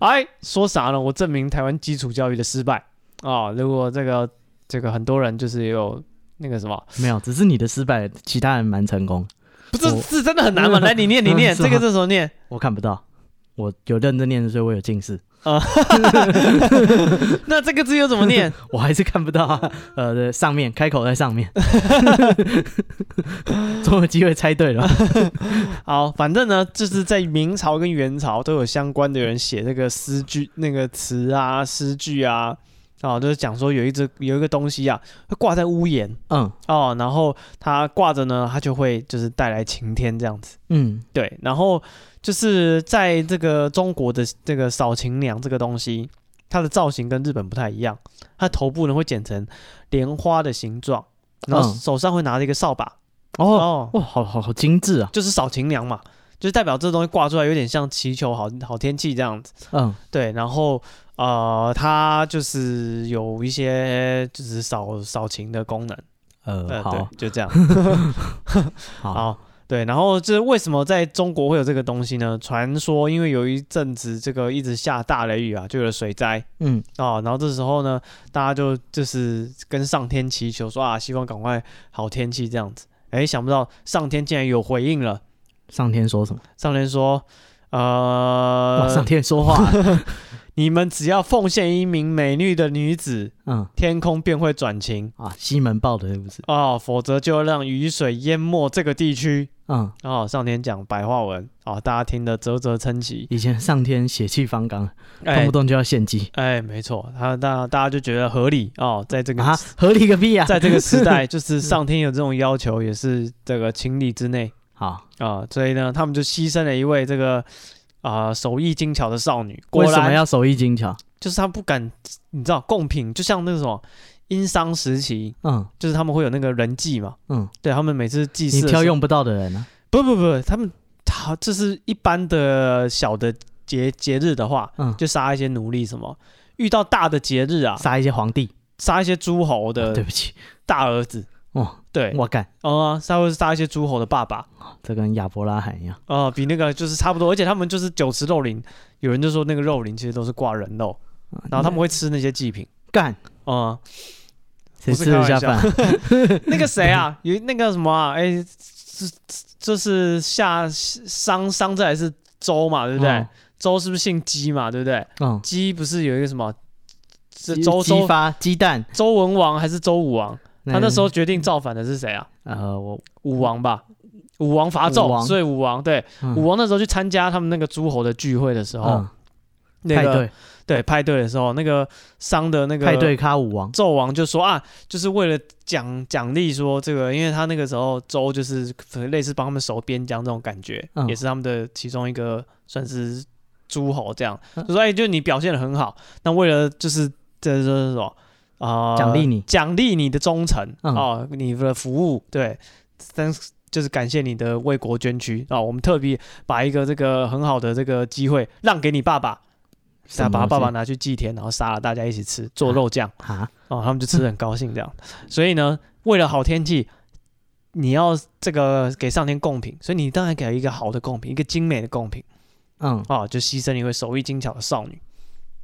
Speaker 1: 哎，说啥呢？我证明台湾基础教育的失败啊、如果这个这个很多人就是有那个什么，
Speaker 2: 没有，只是你的失败，其他人蛮成功，
Speaker 1: 不是
Speaker 2: 我
Speaker 1: 是真的很 难嘛？来，你念，你念，
Speaker 2: 是
Speaker 1: 这
Speaker 2: 吗
Speaker 1: 个这时候念
Speaker 2: 我看不到，我有认真念的，所以我有近视，
Speaker 1: 啊。那这个字又怎么 念？
Speaker 2: 我还是看不到啊，呃，对上面开口在 上面，总有机会猜对了，
Speaker 1: 好，反正呢，就是在明朝跟元朝都有相关的人写这个诗句、那个词啊、诗句啊，啊，就是讲说有一只有一个东西啊，会挂在屋檐
Speaker 2: 嗯
Speaker 1: 哦，然后它挂着呢，它就会就是带来晴天这样子。
Speaker 2: 嗯，
Speaker 1: 对，然后就是在这个中国的这个扫晴娘这个东西，它的造型跟日本不太一样，它头部呢会剪成莲花的形状，然后
Speaker 2: 嗯
Speaker 1: 手上会拿着一个扫把，
Speaker 2: 哦，
Speaker 1: 哦，
Speaker 2: 哇，好好好精致啊，
Speaker 1: 就是扫晴娘嘛，就是代表这东西挂出来有点像祈求好好天气这样子。
Speaker 2: 嗯。
Speaker 1: 对，然后呃，它就是有一些就是扫扫晴的功能，
Speaker 2: 呃，
Speaker 1: 呃，
Speaker 2: 好
Speaker 1: 对，就 这样。
Speaker 2: 好，
Speaker 1: 好，对，然后这为什么在中国会有这个东西呢？传说因为有一阵子这个一直下大雷雨啊，就有了水灾
Speaker 2: 嗯，
Speaker 1: 啊、然后这时候呢，大家就就是跟上天祈求说啊，希望赶快好天气这样子。哎，想不到上天竟然有回应了，
Speaker 2: 上天说什么？
Speaker 1: 上天说，
Speaker 2: 哇，
Speaker 1: 呃
Speaker 2: 上，天说话，啊
Speaker 1: 你们只要奉献一名美丽的女子，
Speaker 2: 嗯
Speaker 1: 天空便会转晴
Speaker 2: 啊，西门豹的是不是？
Speaker 1: 哦，否则就让雨水淹没这个地区。
Speaker 2: 嗯，
Speaker 1: 哦，上天讲白话文哦，大家听得啧啧称奇。
Speaker 2: 以前上天血气方刚，动
Speaker 1: 哎
Speaker 2: 不动就要献祭
Speaker 1: 哎，没错，他大大家就觉得合理哦，在这个、
Speaker 2: 啊，合理个屁啊！
Speaker 1: 在这个时 代，就是上天有这种要求，也是这个情理之内
Speaker 2: 好，
Speaker 1: 啊、所以呢，他们就牺牲了一位这个啊、手艺精巧的少女。果
Speaker 2: 为什么
Speaker 1: 然，
Speaker 2: 要手艺精巧？
Speaker 1: 就是他不敢，你知道，贡品就像那个什么殷商时期，
Speaker 2: 嗯
Speaker 1: 就是他们会有那个人祭嘛，
Speaker 2: 嗯，
Speaker 1: 对他们每次祭祀
Speaker 2: 你
Speaker 1: 的
Speaker 2: 挑
Speaker 1: 时候，
Speaker 2: 用不到的人啊。
Speaker 1: 不不不，他们好，这是一般的小的节节日的话，
Speaker 2: 嗯，
Speaker 1: 就杀一些奴隶什么。遇到大的节日啊，
Speaker 2: 杀一些皇帝。啊
Speaker 1: 杀一些诸侯
Speaker 2: 对
Speaker 1: 的
Speaker 2: 不起，
Speaker 1: 大儿子，
Speaker 2: 哦，
Speaker 1: 对，
Speaker 2: 我干，
Speaker 1: 哦、杀会杀一些诸侯的爸爸，
Speaker 2: 这跟亚伯拉罕一样。
Speaker 1: 哦、比那个就是差不多，而且他们就是酒池肉林，有人就说那个肉林其实都是挂人肉，然后他们会吃那些祭品，
Speaker 2: 干，
Speaker 1: 啊、
Speaker 2: 谁
Speaker 1: 不是
Speaker 2: 吃得
Speaker 1: 开
Speaker 2: 下
Speaker 1: 玩
Speaker 2: 饭？啊
Speaker 1: 那个谁啊， 有那个什么啊，哎、这就是夏商商这还是周嘛，对不对
Speaker 2: 嗯？
Speaker 1: 周、是不是姓姬嘛，对不对？
Speaker 2: 嗯，
Speaker 1: 姬不是有一个什么，这
Speaker 2: 鸡
Speaker 1: 周
Speaker 2: 鸡
Speaker 1: 周
Speaker 2: 发鸡蛋。
Speaker 1: 周文王还是周武王？他那时候决定造反的是谁啊？
Speaker 2: 呃，我
Speaker 1: 武王吧，武王伐
Speaker 2: 武
Speaker 1: 纣，
Speaker 2: 王
Speaker 1: 所以武王对
Speaker 2: 嗯
Speaker 1: 武王那时候去参加他们那个诸侯的聚会的时候，
Speaker 2: 嗯
Speaker 1: 哦那
Speaker 2: 派
Speaker 1: 个
Speaker 2: 对
Speaker 1: 对派对的时候，那个商的那个
Speaker 2: 派对咖舞王，
Speaker 1: 纣王就说啊，就是为了奖奖励说这个，因为他那个时候周就是类似帮他们守边疆这种感觉，
Speaker 2: 嗯
Speaker 1: 也是他们的其中一个算是诸侯这样，
Speaker 2: 嗯
Speaker 1: 就说哎，就你表现的很好，那为了就是这这这什么啊，
Speaker 2: 奖励你
Speaker 1: 奖励你的忠诚啊、
Speaker 2: 嗯
Speaker 1: 哦，你的服务，对，但是就是感谢你的为国捐躯啊、我们特别把一个这个很好的这个机会让给你爸爸，
Speaker 2: 什
Speaker 1: 他
Speaker 2: 么
Speaker 1: 把他爸爸
Speaker 2: 东
Speaker 1: 拿去祭天，然后杀了大家一起吃做肉酱。
Speaker 2: 西啊，
Speaker 1: 哦，他们就吃的很高兴这样。所以呢，为了好天气，你要这个给上天贡品，所以你当然给一个好的贡品，一个精美的贡品
Speaker 2: 嗯，
Speaker 1: 哦，就牺牲一位手艺精巧的少女。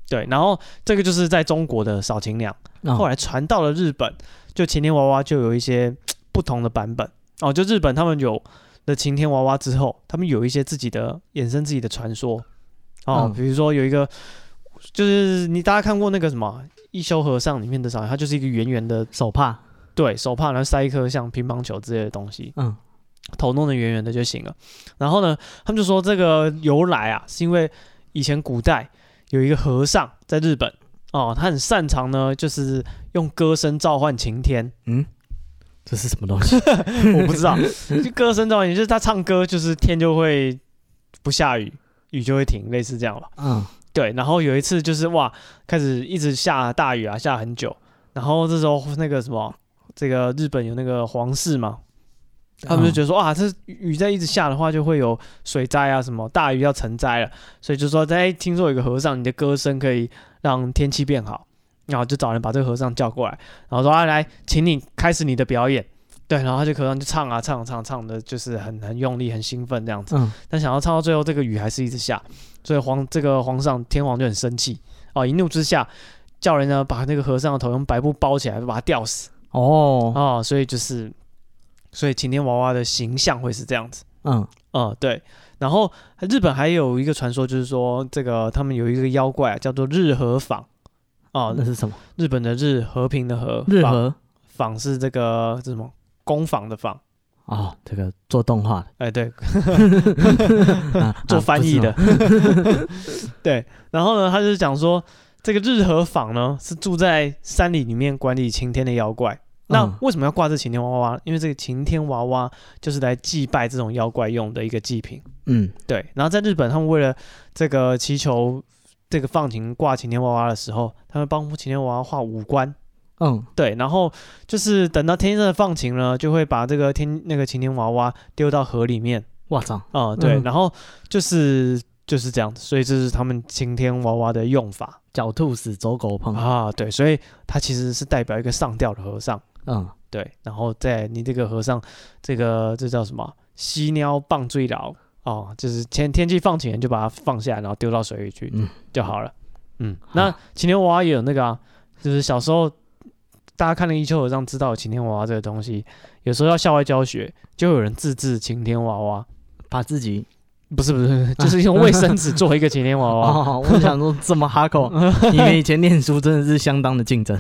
Speaker 1: 对，然后这个就是在中国的少情娘，
Speaker 2: 嗯
Speaker 1: 后来传到了日本，就晴天娃娃就有一些不同的版本哦。就日本他们有了晴天娃娃之后，他们有一些自己的衍生自己的传说哦，
Speaker 2: 嗯
Speaker 1: 比如说有一个就是你大家看过那个什么一休和尚里面的少女，她就是一个圆圆的
Speaker 2: 手帕，
Speaker 1: 对手帕，然后塞一颗像乒乓球之类的东西，
Speaker 2: 嗯
Speaker 1: 头弄得圆圆的就行了。然后呢，他们就说这个由来啊，是因为以前古代有一个和尚在日本哦，他很擅长呢，就是用歌声召唤晴天。
Speaker 2: 嗯，这是什么 东西？
Speaker 1: 我不知道，就歌声召唤，就是他唱歌，就是天就会不下雨，雨就会停，类似这样吧。
Speaker 2: 嗯
Speaker 1: 对，然后有一次就是哇，开始一直下大雨啊，下很久。然后这时候那个什么，这个日本有那个皇室嘛，他们就觉得说啊，这雨在一直下的话，就会有水灾啊，什么大雨要成灾了，所以就说，哎，听说有个和尚，你的歌声可以让天气变好，然后就找人把这个和尚叫过来，然后说啊，来，请你开始你的表演。对，然后他就和尚就唱啊唱啊唱啊唱的，就是很很用力、很兴奋这样子。
Speaker 2: 嗯
Speaker 1: 但想要唱到最后，这个雨还是一直下，所以皇这个皇上天皇就很生气哦，一怒之下叫人呢把那个和尚的头用白布包起来，把他吊死
Speaker 2: 哦
Speaker 1: 哦，所以就是，所以晴天娃娃的形象会是这样子，
Speaker 2: 嗯
Speaker 1: 嗯，对。然后日本还有一个传说，就是说这个他们有一个妖怪、啊叫做日和坊，哦，
Speaker 2: 那是什么？
Speaker 1: 日本的日和平的和，
Speaker 2: 嗯日
Speaker 1: 坊
Speaker 2: 和
Speaker 1: 坊是这个这什么工坊的坊，
Speaker 2: 哦，这个做动 画的
Speaker 1: 哎、对，
Speaker 2: 啊
Speaker 1: 做翻译的，
Speaker 2: 啊不是吗
Speaker 1: 对。然后呢，他就是讲说这个日和坊呢是住在山里里面管理晴天的妖怪。那
Speaker 2: 嗯
Speaker 1: 为什么要挂这晴天娃娃？因为这个晴天娃娃就是来祭拜这种妖怪用的一个祭品。
Speaker 2: 嗯
Speaker 1: 对，然后在日本，他们为了这个祈求这个放晴挂晴天娃娃的时候，他们帮晴天娃娃画五官。
Speaker 2: 嗯
Speaker 1: 对，然后就是等到天真的放晴了，就会把这个天那个晴天娃娃丢到河里面
Speaker 2: 哇操，
Speaker 1: 啊、对，
Speaker 2: 嗯
Speaker 1: 然后就是就是这样子，所以这是他们晴天娃娃的用法
Speaker 2: 狡兔死，走狗烹。
Speaker 1: 啊。对，所以它其实是代表一个上吊的和尚。
Speaker 2: 嗯，
Speaker 1: 对，然后在你这个和尚，这个这叫什么？犀鸟棒追牢哦，就是天天气放晴就把它放下来，然后丢到水里去、
Speaker 2: 嗯
Speaker 1: 就好了。嗯，那晴天娃娃也有那个啊，就是小时候大家看了《一休和尚》知道有晴天娃娃这个东西，有时候要校外教学，就有人自制晴天娃娃。
Speaker 2: 把自己
Speaker 1: 不是不是，就是用卫生纸做一个晴天娃娃。
Speaker 2: 哦，我想说这么哈 口，你们以前念书真的是相当的竞争。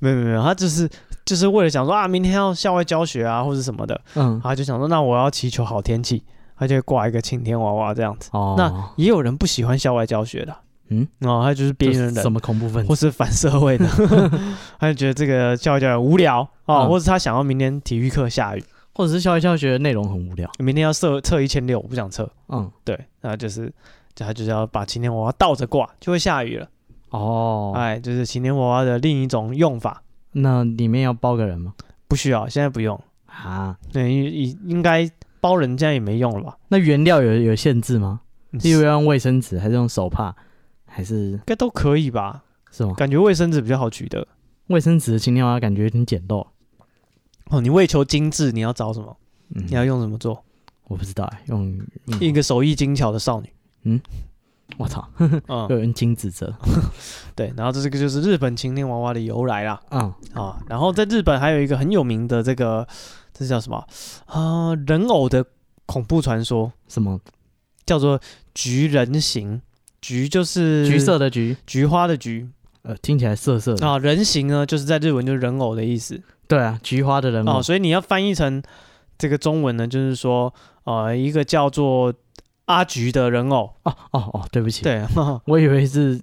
Speaker 1: 没有没有没有，他就是就是为了想说啊，明天要校外教学啊，或者什么的，
Speaker 2: 嗯，
Speaker 1: 他就想说，那我要祈求好天气，他就会挂一个晴天娃娃这样子。
Speaker 2: 哦，
Speaker 1: 那也有人不喜欢校外教学的，
Speaker 2: 嗯，
Speaker 1: 哦，他就是边
Speaker 2: 这
Speaker 1: 缘
Speaker 2: 是什
Speaker 1: 人，
Speaker 2: 么恐怖分
Speaker 1: 或
Speaker 2: 子？
Speaker 1: 是反社会的， 他就觉得这个校外教学无聊哦，
Speaker 2: 嗯
Speaker 1: 或者他想要明天体育课下雨，
Speaker 2: 或者是校外教学的内容很无聊？
Speaker 1: 明天要测测一千六，我不想测，
Speaker 2: 嗯，
Speaker 1: 对，那就是他就是要把晴天娃娃倒着挂，就会下雨了。
Speaker 2: 哦，
Speaker 1: 哎，就是晴天娃娃的另一种用法，
Speaker 2: 那里面要包个人吗？
Speaker 1: 不需要，现在不用。
Speaker 2: 啊，
Speaker 1: 对，应应该包人家也没用了吧？
Speaker 2: 那原料有有限制吗？是因为
Speaker 1: 应
Speaker 2: 要用卫生纸，还是用手帕，还是
Speaker 1: 该都可以吧？
Speaker 2: 什么？
Speaker 1: 感觉卫生纸比较好取得。
Speaker 2: 卫生纸的今天我感觉有点简陋。
Speaker 1: 哦，你为求精致，你要找什么？
Speaker 2: 嗯
Speaker 1: 你要用什么做？
Speaker 2: 我不知道哎、用
Speaker 1: 一个手艺精巧的少女。
Speaker 2: 我操，
Speaker 1: 嗯，
Speaker 2: 有人金指责，
Speaker 1: 对。然后这个就是日本晴天娃娃的由来啦。
Speaker 2: 嗯，
Speaker 1: 啊，然后在日本还有一个很有名的这个，这叫什么？啊、人偶的恐怖传说
Speaker 2: 什么
Speaker 1: 叫做菊人形。菊就是
Speaker 2: 橘色的橘，
Speaker 1: 菊花的菊
Speaker 2: 呃，听起来涩涩的。
Speaker 1: 啊，人形呢就是在日文就是人偶的意思。
Speaker 2: 对啊，菊花的人偶
Speaker 1: 哦，，所以你要翻译成这个中文呢，就是说，呃，一个叫做阿菊的人偶，
Speaker 2: 哦哦哦，对不起，
Speaker 1: 对， 哦，
Speaker 2: 我以为是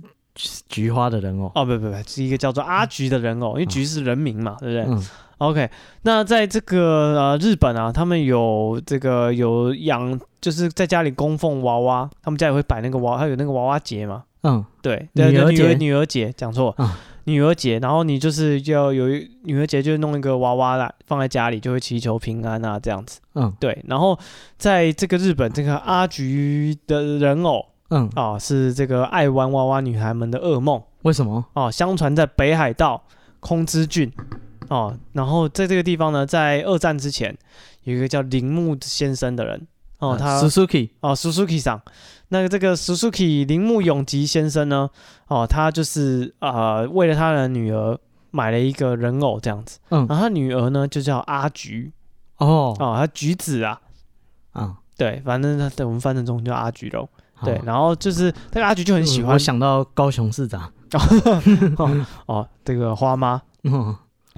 Speaker 2: 菊花的人哦偶。
Speaker 1: 不不不，是一个叫做阿菊的人偶，因为菊是人名嘛，对不对、
Speaker 2: 嗯
Speaker 1: o k 那在这个呃日本啊，他们有这个有养，就是在家里供奉娃娃，他们家里会摆那个娃，还有那个娃娃节嘛。
Speaker 2: 嗯，
Speaker 1: 对，
Speaker 2: 女
Speaker 1: 对对
Speaker 2: 儿
Speaker 1: 女儿
Speaker 2: 节
Speaker 1: 女儿节讲错
Speaker 2: 啊，
Speaker 1: 女儿节，然后你就是要有一女儿节，就弄一个娃娃来放在家里，就会祈求平安啊，这样子。
Speaker 2: 嗯
Speaker 1: 对，然后在这个日本，这个阿菊的人偶
Speaker 2: 嗯，
Speaker 1: 啊，是这个爱玩娃娃女孩们的噩梦
Speaker 2: 为什么？
Speaker 1: 啊。相传在北海道空知郡啊，然后在这个地方呢，在二战之前，有一个叫铃木先生的人
Speaker 2: 啊
Speaker 1: 哦、他
Speaker 2: Suzuki
Speaker 1: 哦 Suzuki 上，那个这个 Suzuki 铃木永吉先生呢，哦、他就是呃为了他的女儿买了一个人偶这样子，
Speaker 2: 嗯
Speaker 1: 然后他女儿呢就叫阿菊
Speaker 2: 哦
Speaker 1: 哦，她菊子啊。
Speaker 2: 啊，
Speaker 1: 对，反正他我们翻成中文叫阿菊喽。
Speaker 2: 好
Speaker 1: 对，然后就是那个阿菊就很喜欢
Speaker 2: 我想到高雄市长。
Speaker 1: 哦，这个花妈
Speaker 2: 嗯，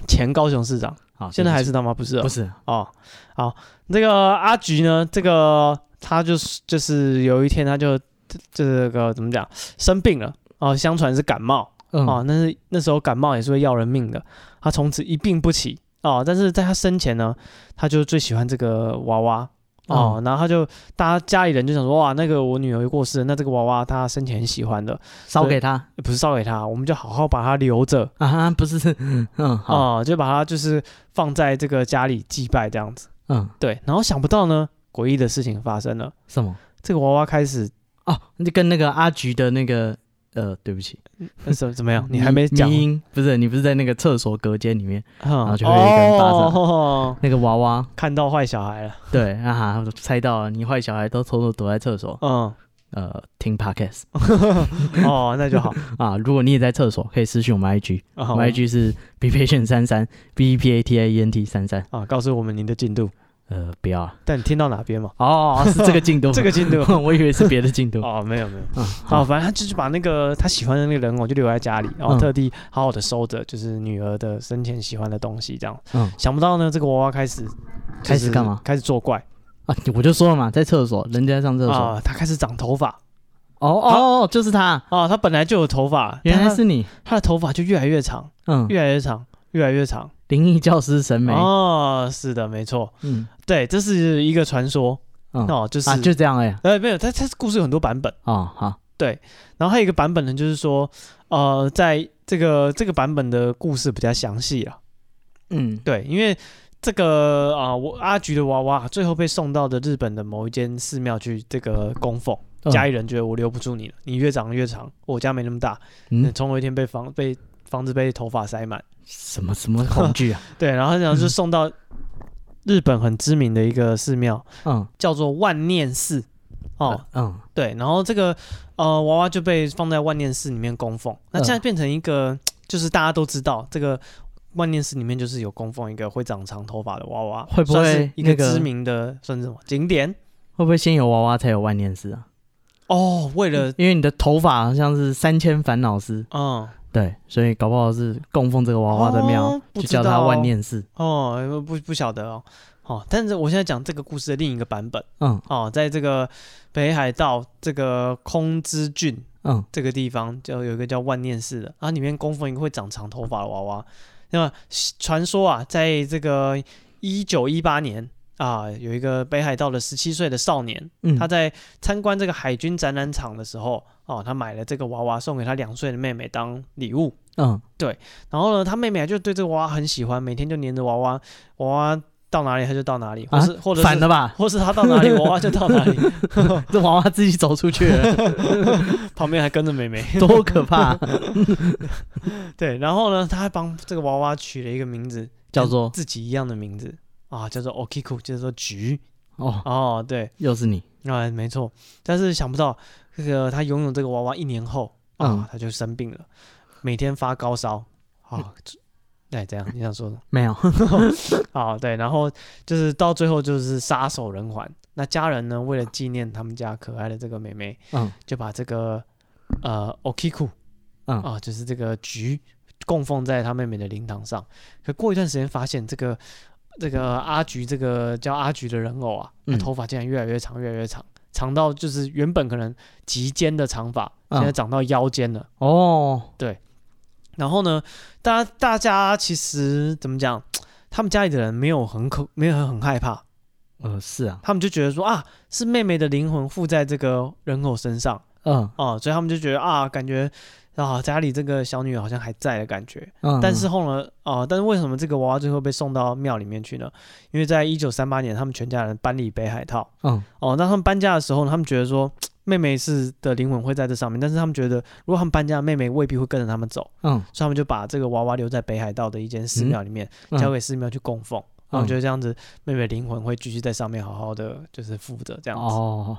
Speaker 1: 前高雄市长，
Speaker 2: 好，
Speaker 1: 现在还
Speaker 2: 哦对
Speaker 1: 是他妈不是
Speaker 2: 不
Speaker 1: 哦
Speaker 2: 起不是？
Speaker 1: 哦。好，这个阿菊呢，这个她就是就是有一天她就这个怎么讲生病了哦，相传是感冒
Speaker 2: 嗯
Speaker 1: 哦，那是那时候感冒也是会要人命的，她从此一病不起哦。但是在她生前呢，她就最喜欢这个娃娃。哦，
Speaker 2: 嗯
Speaker 1: 然后她就大家家里人就想说，哇，那个我女儿过世了，那这个娃娃她生前很喜欢的，
Speaker 2: 烧给他
Speaker 1: 不是烧给她，我们就好好把它留着，
Speaker 2: 啊，不是， 嗯好，
Speaker 1: 啊、就把它就是放在这个家里祭拜这样子。
Speaker 2: 嗯
Speaker 1: 对，然后想不到呢，诡异的事情发生了，
Speaker 2: 什么？
Speaker 1: 这个娃娃开始
Speaker 2: 哦，那就跟那个阿菊的那个呃，对不起，
Speaker 1: 呃怎怎么样？你还没讲，
Speaker 2: 迷音不是 你不是在那个厕所隔间里面
Speaker 1: 然
Speaker 2: 后就会有一个人巴掌
Speaker 1: 哦，
Speaker 2: 那个娃 娃？
Speaker 1: 看到坏小孩了，
Speaker 2: 对啊，我猜到了，你坏小孩都偷偷躲在厕所，
Speaker 1: 嗯，
Speaker 2: 呃，听 podcast
Speaker 1: 哦，那就好，
Speaker 2: 啊。如果你也在厕所，可以私讯我们 IG，
Speaker 1: 啊
Speaker 2: 我们 IG 是 b patient 三三 b e p a t i e n t 三三。
Speaker 1: 啊，告诉我们您的进度，
Speaker 2: 呃，不要啊
Speaker 1: 但你听到哪边嘛？
Speaker 2: 哦， 是这个进 度，
Speaker 1: 这个进 度
Speaker 2: 我以为是别的进度。
Speaker 1: 哦，没有没有，
Speaker 2: 嗯，
Speaker 1: 哦，
Speaker 2: 好，
Speaker 1: 反正他就是把那个他喜欢的那个人偶就留在家里，然后
Speaker 2: 嗯
Speaker 1: 特地好好的收着，就是女儿的生前喜欢的东西这样。
Speaker 2: 嗯
Speaker 1: 想不到呢，这个娃娃开始
Speaker 2: 开始干嘛？
Speaker 1: 开始作怪
Speaker 2: 啊，我就说了嘛，在厕所，人家在上厕所。
Speaker 1: 啊，他开始长头发。
Speaker 2: 哦哦，哦就是他，
Speaker 1: 啊，他本来就有头发，
Speaker 2: 原
Speaker 1: 但
Speaker 2: 来
Speaker 1: 他
Speaker 2: 是你。
Speaker 1: 他的头发就越来越长，
Speaker 2: 嗯，
Speaker 1: 越来越长，越来越长。
Speaker 2: 灵异教师审美。
Speaker 1: 哦，是的，没错，
Speaker 2: 嗯
Speaker 1: 对，这是一个传说
Speaker 2: 嗯，
Speaker 1: 哦，就是、
Speaker 2: 啊，就这样哎。
Speaker 1: 呃没有，他他故事有很多版本，
Speaker 2: 哦，好，
Speaker 1: 然后还有一个版本呢，就是说呃，在这个这个版本的故事比较详细了，
Speaker 2: 嗯
Speaker 1: 对，因为。这个啊、我阿菊的娃娃最后被送到的日本的某一间寺庙去这个供奉，
Speaker 2: 嗯
Speaker 1: 家里人觉得我留不住你了，你越长越长，我家没那么大，
Speaker 2: 嗯，
Speaker 1: 总有一天被房被房子被头发塞满。
Speaker 2: 什么什么 恐惧啊？
Speaker 1: 对，然后然后就送到日本很知名的一个寺庙，
Speaker 2: 嗯，
Speaker 1: 叫做万念寺。哦，
Speaker 2: 嗯，
Speaker 1: 对，然后这个呃娃娃就被放在万念寺里面供奉。那现在变成一个，就是大家都知道这个万念寺里面就是有供奉一个会长长头发的娃娃，
Speaker 2: 会不
Speaker 1: 算是
Speaker 2: 会
Speaker 1: 一个
Speaker 2: 那个
Speaker 1: 知名的算是什么景点？
Speaker 2: 会不会先有娃娃才有万年丝啊？
Speaker 1: 哦，为了
Speaker 2: 因为你的头发好像是三千烦恼丝，
Speaker 1: 嗯
Speaker 2: 对，所以搞不好是供奉这个娃娃的庙，
Speaker 1: 哦不
Speaker 2: 就
Speaker 1: 知
Speaker 2: 叫它
Speaker 1: 道
Speaker 2: 万念寺。
Speaker 1: 哦，不不晓得哦。哦，但是我现在讲这个故事的另一个版本
Speaker 2: 嗯
Speaker 1: 哦，在这个北海道这个空知郡
Speaker 2: 嗯，
Speaker 1: 这个地方，就有一个叫万念寺的，啊，里面供奉一个会长长头发的娃娃。那么传说啊，在这个一九一八年啊，有一个北海道的十七岁的少年，
Speaker 2: 嗯
Speaker 1: 他在参观这个海军展览场的时候，哦，他买了这个娃娃送给他两岁的妹妹当礼物。
Speaker 2: 嗯
Speaker 1: 然后呢，他妹妹就对这个娃娃很喜欢，每天就黏着娃娃，娃娃到哪里他就到哪里，或
Speaker 2: 啊
Speaker 1: 是、或者是
Speaker 2: 反了吧？
Speaker 1: 或是他到哪里，娃娃就到哪里，
Speaker 2: 这娃娃自己走出去了，
Speaker 1: 旁边还跟着妹妹。
Speaker 2: 多可怕啊！
Speaker 1: 对，然后呢，他还帮这个娃娃取了一个名字，
Speaker 2: 叫做
Speaker 1: 自己一样的名字啊，叫做 Okiku，就是说菊。
Speaker 2: 哦，
Speaker 1: 哦，对，
Speaker 2: 又是你，
Speaker 1: 啊、没错。但是想不到，这个他拥有这个娃娃一年后啊，
Speaker 2: 嗯
Speaker 1: 他就生病了，每天发高烧啊。哎，这样你想说的？
Speaker 2: 没有，
Speaker 1: 啊，对，然后就是到最后就是撒手人寰。那家人呢，为了纪念他们家可爱的这个妹妹，
Speaker 2: 嗯
Speaker 1: 就把这个呃 okiku
Speaker 2: 嗯
Speaker 1: 啊，就是这个菊供奉在他妹妹的灵堂上。可过一段时间，发现这个这个阿菊这个叫阿菊的人偶啊，她
Speaker 2: 嗯
Speaker 1: 头发竟然越来越长，越来越长，长到就是原本可能及肩的长发，
Speaker 2: 嗯
Speaker 1: 现在长到腰间了。
Speaker 2: 哦，
Speaker 1: 然后呢，大大家其实怎么讲？他们家里的人没有很可，没有很害怕，
Speaker 2: 呃，是啊，
Speaker 1: 他们就觉得说啊，是妹妹的灵魂附在这个人偶身上
Speaker 2: 嗯
Speaker 1: 啊、所以他们就觉得啊，感觉啊家里这个小女儿好像还在的感觉。
Speaker 2: 嗯，
Speaker 1: 但是后呢，啊、但是为什么这个娃娃最后被送到庙里面去呢？因为在一九三八年，他们全家人搬离北海道
Speaker 2: 嗯
Speaker 1: 哦。那他们搬家的时候呢，他们觉得说妹妹是的灵魂会在这上面，但是他们觉得如果他们搬家，妹妹未必会跟着他们走。
Speaker 2: 嗯
Speaker 1: 所以他们就把这个娃娃留在北海道的一间寺庙里面，
Speaker 2: 嗯
Speaker 1: 交给寺庙去供奉。然后
Speaker 2: 嗯
Speaker 1: 觉得这样子，妹妹灵魂会继续在上面好好的就是附着这样子。
Speaker 2: 哦，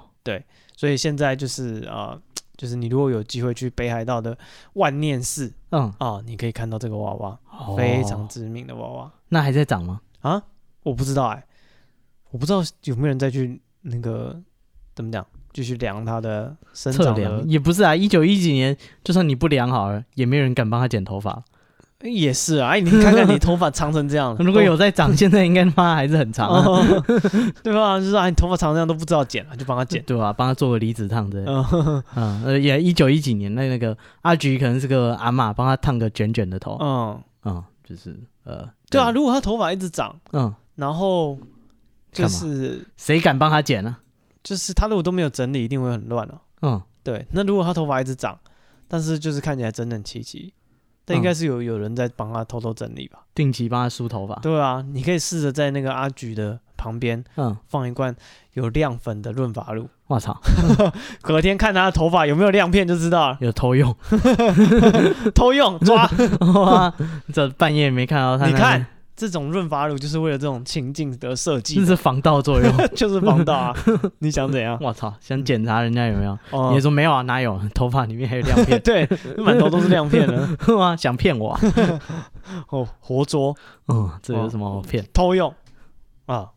Speaker 1: 所以现在就是呃，就是你如果有机会去北海道的万念寺
Speaker 2: 嗯，
Speaker 1: 啊、你可以看到这个娃娃，
Speaker 2: 哦
Speaker 1: 非常，知名的娃娃。
Speaker 2: 那还在长吗？
Speaker 1: 我不知道哎、我不知道有没有人再去那个怎么讲，继续量它的生
Speaker 2: 测
Speaker 1: 长的
Speaker 2: 量，也不是啊，一九一几年，就算你不量好了，也没有人敢帮他剪头 发。
Speaker 1: 也是啊。哎，你看看你头发长成这样，
Speaker 2: 如果有在长，现在应该他妈还是很长啊，
Speaker 1: 哦，对吧？就是啊，你头发长这样都不知道剪了，啊就帮他剪。
Speaker 2: 对吧？帮他做个离子烫之类的。
Speaker 1: 嗯，
Speaker 2: 嗯，呃，也一九一几年，那那个阿菊可能是个阿嬷，帮他烫个卷卷的头，
Speaker 1: 嗯，
Speaker 2: 嗯，就是呃，
Speaker 1: 对啊，，如果他头发一直长，
Speaker 2: 嗯，
Speaker 1: 然后就
Speaker 2: 干嘛
Speaker 1: 是
Speaker 2: 谁敢帮他剪呢、
Speaker 1: 就是他如果都没有整理，一定会很乱哦。
Speaker 2: 嗯，
Speaker 1: 对，那如果他头发一直长，但是就是看起来整整齐齐，那应
Speaker 2: 嗯
Speaker 1: 该是有有人在帮他偷偷整理吧？
Speaker 2: 定期帮他梳头发，
Speaker 1: 对啊，你可以试着在那个阿菊的旁边
Speaker 2: 嗯，
Speaker 1: 放一罐有亮粉的润发露，
Speaker 2: 我操，
Speaker 1: 隔天看他的头发有没有亮片就知道了。
Speaker 2: 有偷用，
Speaker 1: 偷用抓，
Speaker 2: 哇，这半夜没看到他，
Speaker 1: 你看，这种润发露就是为了这种情境的设计
Speaker 2: 这，是防盗 作用，
Speaker 1: 就是防盗 啊！你想怎样？
Speaker 2: 我操，想检查人家有没有，
Speaker 1: 哦
Speaker 2: 你也说没有啊，哪有，头发里面还有亮片，
Speaker 1: 对，满头都是亮片 了。
Speaker 2: 哇，想骗我、啊，
Speaker 1: 嗯哦，活捉
Speaker 2: 嗯，这有什么好骗？
Speaker 1: 偷用啊！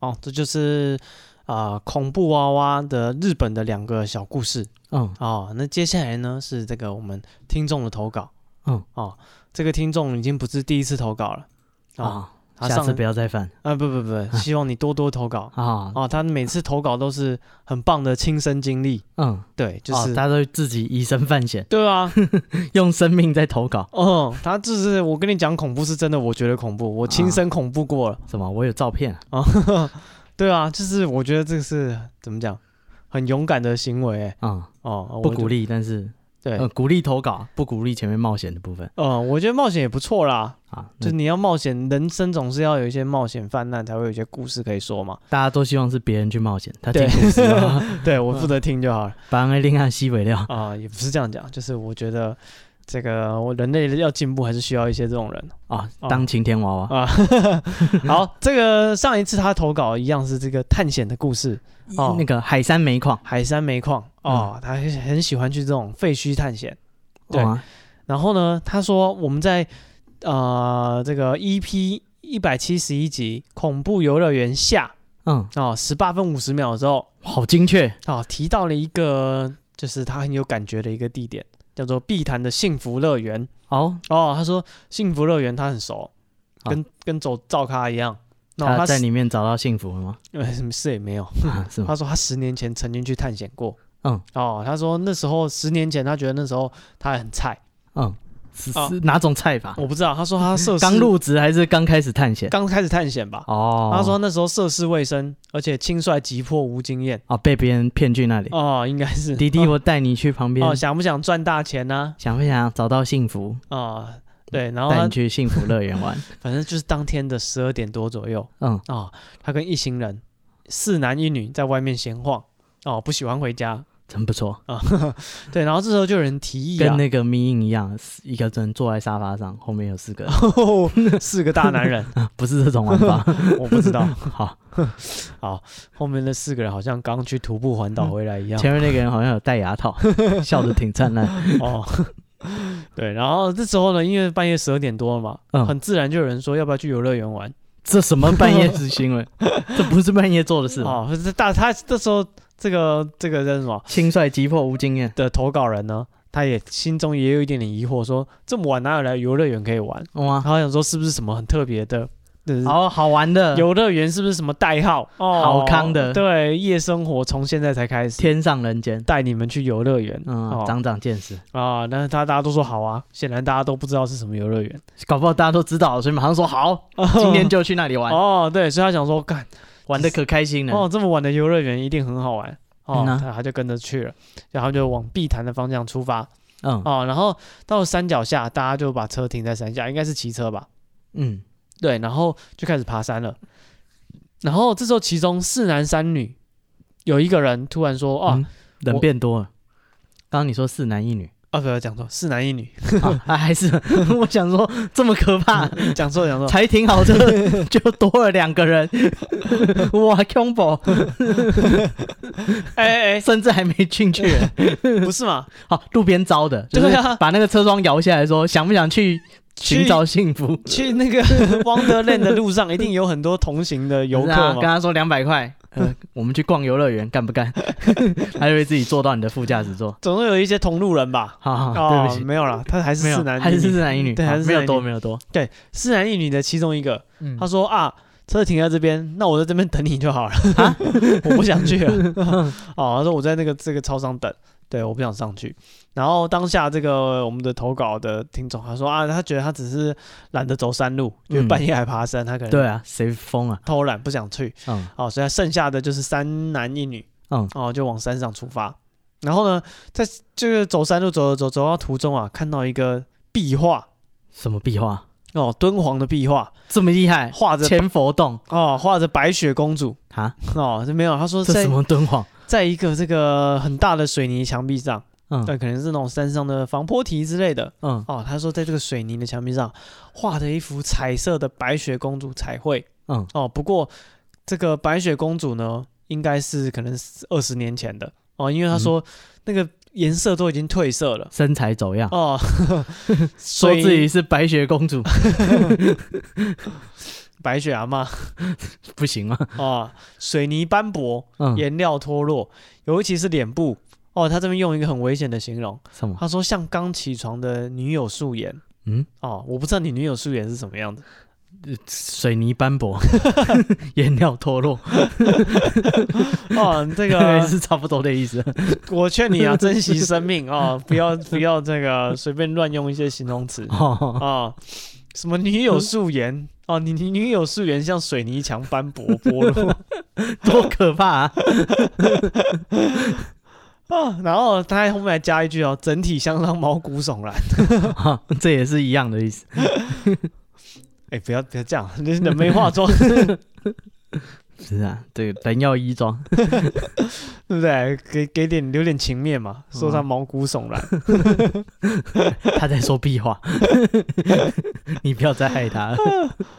Speaker 1: 哦，这就是啊、恐怖娃娃的日本的两个小故事
Speaker 2: 嗯，
Speaker 1: 啊、那接下来呢是这个我们听众的投稿，
Speaker 2: 嗯
Speaker 1: 哦，这个听众已经不是第一次投稿了啊，
Speaker 2: 啊，
Speaker 1: 他
Speaker 2: 下
Speaker 1: 上
Speaker 2: 次不要再犯
Speaker 1: 啊不不 不，希望你多多投稿
Speaker 2: 啊，
Speaker 1: 哦，他每次投稿都是很棒的亲身经历，
Speaker 2: 嗯，
Speaker 1: 对，就
Speaker 2: 哦
Speaker 1: 是、
Speaker 2: 他都自己以身犯险，
Speaker 1: 对啊，
Speaker 2: 用生命在投稿。
Speaker 1: 哦，他就是我跟你讲恐怖是真的，我觉得恐怖，我亲身恐怖过了。
Speaker 2: 什么？我有照片 啊、
Speaker 1: 啊，对啊，就是我觉得这是怎么讲，很勇敢的行为、欸、
Speaker 2: 嗯
Speaker 1: 哦，
Speaker 2: 不鼓
Speaker 1: 励。
Speaker 2: 励，但是
Speaker 1: 对，
Speaker 2: 呃，鼓励投稿，不鼓励前面冒险的部分
Speaker 1: 嗯，我觉得冒险也不错啦，
Speaker 2: 啊。
Speaker 1: 就
Speaker 2: 就是
Speaker 1: 你要冒险，人生总是要有一些冒险泛滥，才会有一些故事可以说嘛。
Speaker 2: 大家都希望是别人去冒险，他听
Speaker 1: 对
Speaker 2: 故事啊，
Speaker 1: 对 我负责听就好了
Speaker 2: 把安恋爱吸尾料。
Speaker 1: 啊、也不是这样讲，就是我觉得这个我人类要进步，还是需要一些这种 人。
Speaker 2: 啊
Speaker 1: 哦，
Speaker 2: 当晴天娃娃
Speaker 1: 啊，好，这个上一次他投稿一样是这个探险的故事，哦
Speaker 2: 那个海山煤矿，
Speaker 1: 海山煤矿哦，
Speaker 2: 嗯
Speaker 1: 他很很喜欢去这种废墟探险。对
Speaker 2: 哇
Speaker 1: 然后呢，他说我们在 E 呃这个 EP 一百七十一集《恐怖游乐园》下
Speaker 2: 嗯，
Speaker 1: 哦，十八分五十秒的时候，
Speaker 2: 好精确，
Speaker 1: 哦，提到了一个就是他很有感觉的一个地点，叫做碧潭的幸福乐园。
Speaker 2: 好，
Speaker 1: 哦，他说幸福乐园他很熟，
Speaker 2: 啊
Speaker 1: 跟跟走赵咖一样。那、
Speaker 2: 他
Speaker 1: 他
Speaker 2: 在
Speaker 1: 十
Speaker 2: 里面找到幸福了 吗？
Speaker 1: 呃什么事也没有。
Speaker 2: 啊是吗？
Speaker 1: 他说他十年前曾经去探险过。
Speaker 2: 嗯，
Speaker 1: 哦，他说那时候十年前他觉得那时候他很菜，
Speaker 2: 嗯，是
Speaker 1: 啊
Speaker 2: 是哪种菜法？
Speaker 1: 我不知道。他说他涉世
Speaker 2: 刚入职还是刚开始探险？
Speaker 1: 刚开始探险吧。
Speaker 2: 哦，
Speaker 1: 他说那时候涉世未深，而且轻率急迫无经验。
Speaker 2: 哦，被别人骗去那里。
Speaker 1: 哦，应该是
Speaker 2: 滴滴，我带你去旁边
Speaker 1: 哦，，想不想赚大钱呢、
Speaker 2: 想不想找到幸福？
Speaker 1: 啊？对，然后
Speaker 2: 带
Speaker 1: 哦他
Speaker 2: 你去幸福乐园玩。
Speaker 1: 反正就是当天的十二点多左右
Speaker 2: 嗯，
Speaker 1: 啊、他跟一行人四男一女在外面闲晃哦，不喜欢回家
Speaker 2: 真不错，
Speaker 1: 啊、 对，然后这时候就有人提议啊
Speaker 2: 跟，那个迷影一样，一个人坐在沙发上，后面有四 个人，
Speaker 1: 四个大男人，
Speaker 2: 不是这种 玩法。
Speaker 1: 我不知道，
Speaker 2: 好，
Speaker 1: 好，后面那四个人好像刚去徒步环岛回来一 样
Speaker 2: 前面那个人好像有戴牙 套，笑得挺灿烂。
Speaker 1: 哦。对，然后这时候呢，因为半夜十二点多了嘛，
Speaker 2: 嗯
Speaker 1: 很自然就有人说要不要去游乐园玩
Speaker 2: 这什么半夜之 行为？这不是啊半夜做的事吧。
Speaker 1: 哦，这大他这时候这个这个叫什么？
Speaker 2: 轻率、急迫、无经验。
Speaker 1: 的投稿人呢，他也心中也有一点点疑惑说，这么晚哪有来游乐园可以玩？
Speaker 2: 哇，
Speaker 1: 他想说是不是什么很特别的，就是
Speaker 2: 好好玩的，
Speaker 1: 游乐园是不是什么代号？哦，
Speaker 2: 好康的
Speaker 1: 对，夜生活从现在才开始。
Speaker 2: 天上人间。
Speaker 1: 带你们去游乐园，
Speaker 2: 嗯，
Speaker 1: 哦
Speaker 2: 长长见识，
Speaker 1: 啊，那他大家都说好啊，显然大家都不知道是什么游乐园。
Speaker 2: 搞不好大家都知道了，所以马上说好，今天就去那里玩，
Speaker 1: 哦，对，所以他想说，干
Speaker 2: 玩的可开心了。
Speaker 1: 哦，这么晚的游乐园一定很好玩哦，
Speaker 2: 嗯啊
Speaker 1: 他他就跟着去了，然后就往碧潭的方向出发
Speaker 2: 嗯
Speaker 1: 哦，然后到了山脚下，大家就把车停在山下，应该是骑车吧，
Speaker 2: 嗯，
Speaker 1: 对，然后就开始爬山了。然后这时候，其中四男三女有一个人突然说：“哦、
Speaker 2: 嗯人
Speaker 1: 我
Speaker 2: 变多了。刚刚你说四男一女，
Speaker 1: 啊，不要讲错，四男一 女，
Speaker 2: 啊 啊还是 我想说这么可怕，
Speaker 1: 讲错讲错。
Speaker 2: 才停好车就多了两 个人，哇，combo，
Speaker 1: 哎哎
Speaker 2: 甚至还没进去，
Speaker 1: 哎，不是嘛？
Speaker 2: 好，路边招的，就是
Speaker 1: 对啊
Speaker 2: 把那个车窗摇下来说，想不想去寻找幸福？
Speaker 1: 去那 个 Wonderland 的路上，一定有很多同行的游
Speaker 2: 是啊
Speaker 1: 客
Speaker 2: 跟
Speaker 1: 嘛。
Speaker 2: 他说两百块，呃，我们去逛游乐园，干不干？ 他就会自己坐到你的副驾驶座。
Speaker 1: 总会有一些同路人吧？
Speaker 2: 好好，
Speaker 1: 哦
Speaker 2: 啊对不起，
Speaker 1: 没有啦，他还是
Speaker 2: 没有
Speaker 1: 四，男
Speaker 2: 还
Speaker 1: 一
Speaker 2: 是
Speaker 1: 女
Speaker 2: 四男一女，
Speaker 1: 对
Speaker 2: 好
Speaker 1: 还是
Speaker 2: 没有
Speaker 1: 四男一
Speaker 2: 多
Speaker 1: 女
Speaker 2: 没有多。
Speaker 1: 对，四男一女的其中一个，
Speaker 2: 嗯
Speaker 1: 他说啊，车停在这边，那我在这边等你就 好了， 我不想去了。哦，他说我在那个这个超商等，对，我不想上去。然后当下这个我们的投稿的听众，他说啊，他觉得他只是懒得走山路，因为
Speaker 2: 嗯
Speaker 1: 半夜还爬山，他可能
Speaker 2: 对啊，谁疯啊？
Speaker 1: 偷懒不想去。
Speaker 2: 嗯
Speaker 1: 哦，所以他剩下的就是三男一女，
Speaker 2: 嗯
Speaker 1: 哦，就往山上出发。然后呢，在这个走山路走走走到途中啊，看到一个壁画
Speaker 2: 什么壁画
Speaker 1: 哦，敦煌的壁画，
Speaker 2: 这么厉害？
Speaker 1: 画着
Speaker 2: 千佛洞
Speaker 1: 哦，画着白雪公主
Speaker 2: 啊？
Speaker 1: 哦，这没有，他说
Speaker 2: 这
Speaker 1: 在
Speaker 2: 什么敦煌？
Speaker 1: 在一个这个很大的水泥墙壁上，
Speaker 2: 嗯
Speaker 1: 对，可能是那种山上的防坡堤之类的
Speaker 2: 嗯
Speaker 1: 哦。他说在这个水泥的墙壁上画着一幅彩色的白雪公主彩绘
Speaker 2: 嗯
Speaker 1: 哦，不过这个白雪公主呢，应该是可能二十年前的哦，因为他说
Speaker 2: 嗯
Speaker 1: 那个颜色都已经褪色了。
Speaker 2: 身材走样，
Speaker 1: 哦，
Speaker 2: 说
Speaker 1: 所
Speaker 2: 自己
Speaker 1: 以
Speaker 2: 是白雪 公主
Speaker 1: 白雪阿嬷
Speaker 2: 不行吗？
Speaker 1: 哦，水泥斑驳，
Speaker 2: 嗯，
Speaker 1: 颜料脱落，尤其是脸部。哦，他这边用一个很危险的形容，
Speaker 2: 什么？
Speaker 1: 他说像刚起床的女友素颜。
Speaker 2: 嗯，
Speaker 1: 哦，我不知道你女友素颜是什么样的。
Speaker 2: 水泥斑 驳，颜料脱落，
Speaker 1: 哦，这
Speaker 2: 大概
Speaker 1: 个
Speaker 2: 是差不多的意思。
Speaker 1: 我劝你啊，珍惜生命哦，不要不要这个随便乱用一些形容词
Speaker 2: 哦，
Speaker 1: 哦。什么女友素颜？哦，你你女友素颜像水泥墙斑驳剥 落
Speaker 2: 多可怕啊！
Speaker 1: 啊！然后他还后面还加一句哦，整体相当毛骨悚然。
Speaker 2: 哈哦这也是一样的意思。
Speaker 1: 哎，不要不要这样，人没化妆，
Speaker 2: 是啊，对，人要衣装。
Speaker 1: 对不对？给给点留点情面嘛，
Speaker 2: 嗯
Speaker 1: 说他毛骨悚然。
Speaker 2: 他在说屁话， 你不要再害他了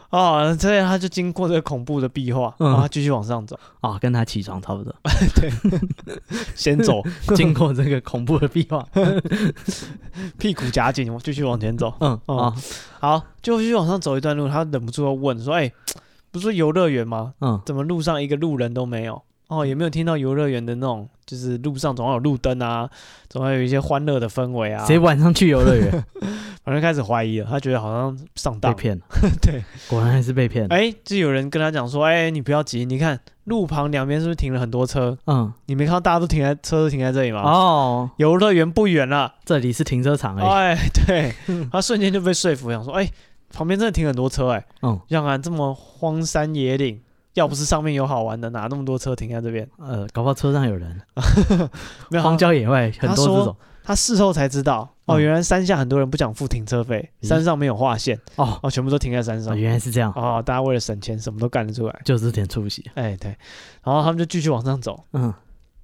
Speaker 1: 哦，所以他就经过这个恐怖的壁画，
Speaker 2: 嗯
Speaker 1: 然后他继续往 上走，
Speaker 2: 哦，跟他起床差不多。
Speaker 1: 先走，
Speaker 2: 经过这个恐怖的壁 画，
Speaker 1: 屁股夹紧，我 继续往前走。
Speaker 2: 嗯
Speaker 1: 哦
Speaker 2: 哦，
Speaker 1: 好，就继续往上走一段路，他忍不住要问说：“哎、不是说游乐园吗？
Speaker 2: 嗯，
Speaker 1: 怎么路上一个路人都没有？哦，也没有听到游乐园的那种，就是路上总要有路灯啊，总要有一些欢乐的氛围啊。
Speaker 2: 谁晚上去游乐 园
Speaker 1: 反正开始怀疑了，他觉得好像上
Speaker 2: 被
Speaker 1: 当。
Speaker 2: 骗了？
Speaker 1: 对，
Speaker 2: 果然还是被骗了。
Speaker 1: 哎，就有人跟他讲说，哎，你不要急，你看路旁两边是不是停了很多车？
Speaker 2: 嗯，
Speaker 1: 你没看到大家都停在车都停在这里吗？
Speaker 2: 哦，
Speaker 1: 游乐园不远了。
Speaker 2: 这里是停车场而已。
Speaker 1: 哎， 对，他瞬间就被说服，想说，哎、旁边真的停很多车、哎，
Speaker 2: 嗯，
Speaker 1: 想看这么荒山野岭，要不是上面有好玩的，哪那么多车停在这边？
Speaker 2: 呃，搞不好车上有人，
Speaker 1: 没有，
Speaker 2: 荒
Speaker 1: 他
Speaker 2: 郊野外很多这种。
Speaker 1: 他事后才知道，哦，
Speaker 2: 嗯
Speaker 1: 原来山下很多人不想付停车费，
Speaker 2: 咦
Speaker 1: 山上没有划线，
Speaker 2: 哦，
Speaker 1: 哦，全部都停在山上
Speaker 2: 哦，原来是这样，
Speaker 1: 哦，大家为了省钱，什么都干得出来，
Speaker 2: 就是点出息。
Speaker 1: 哎，对，然后他们就继续往上走，
Speaker 2: 嗯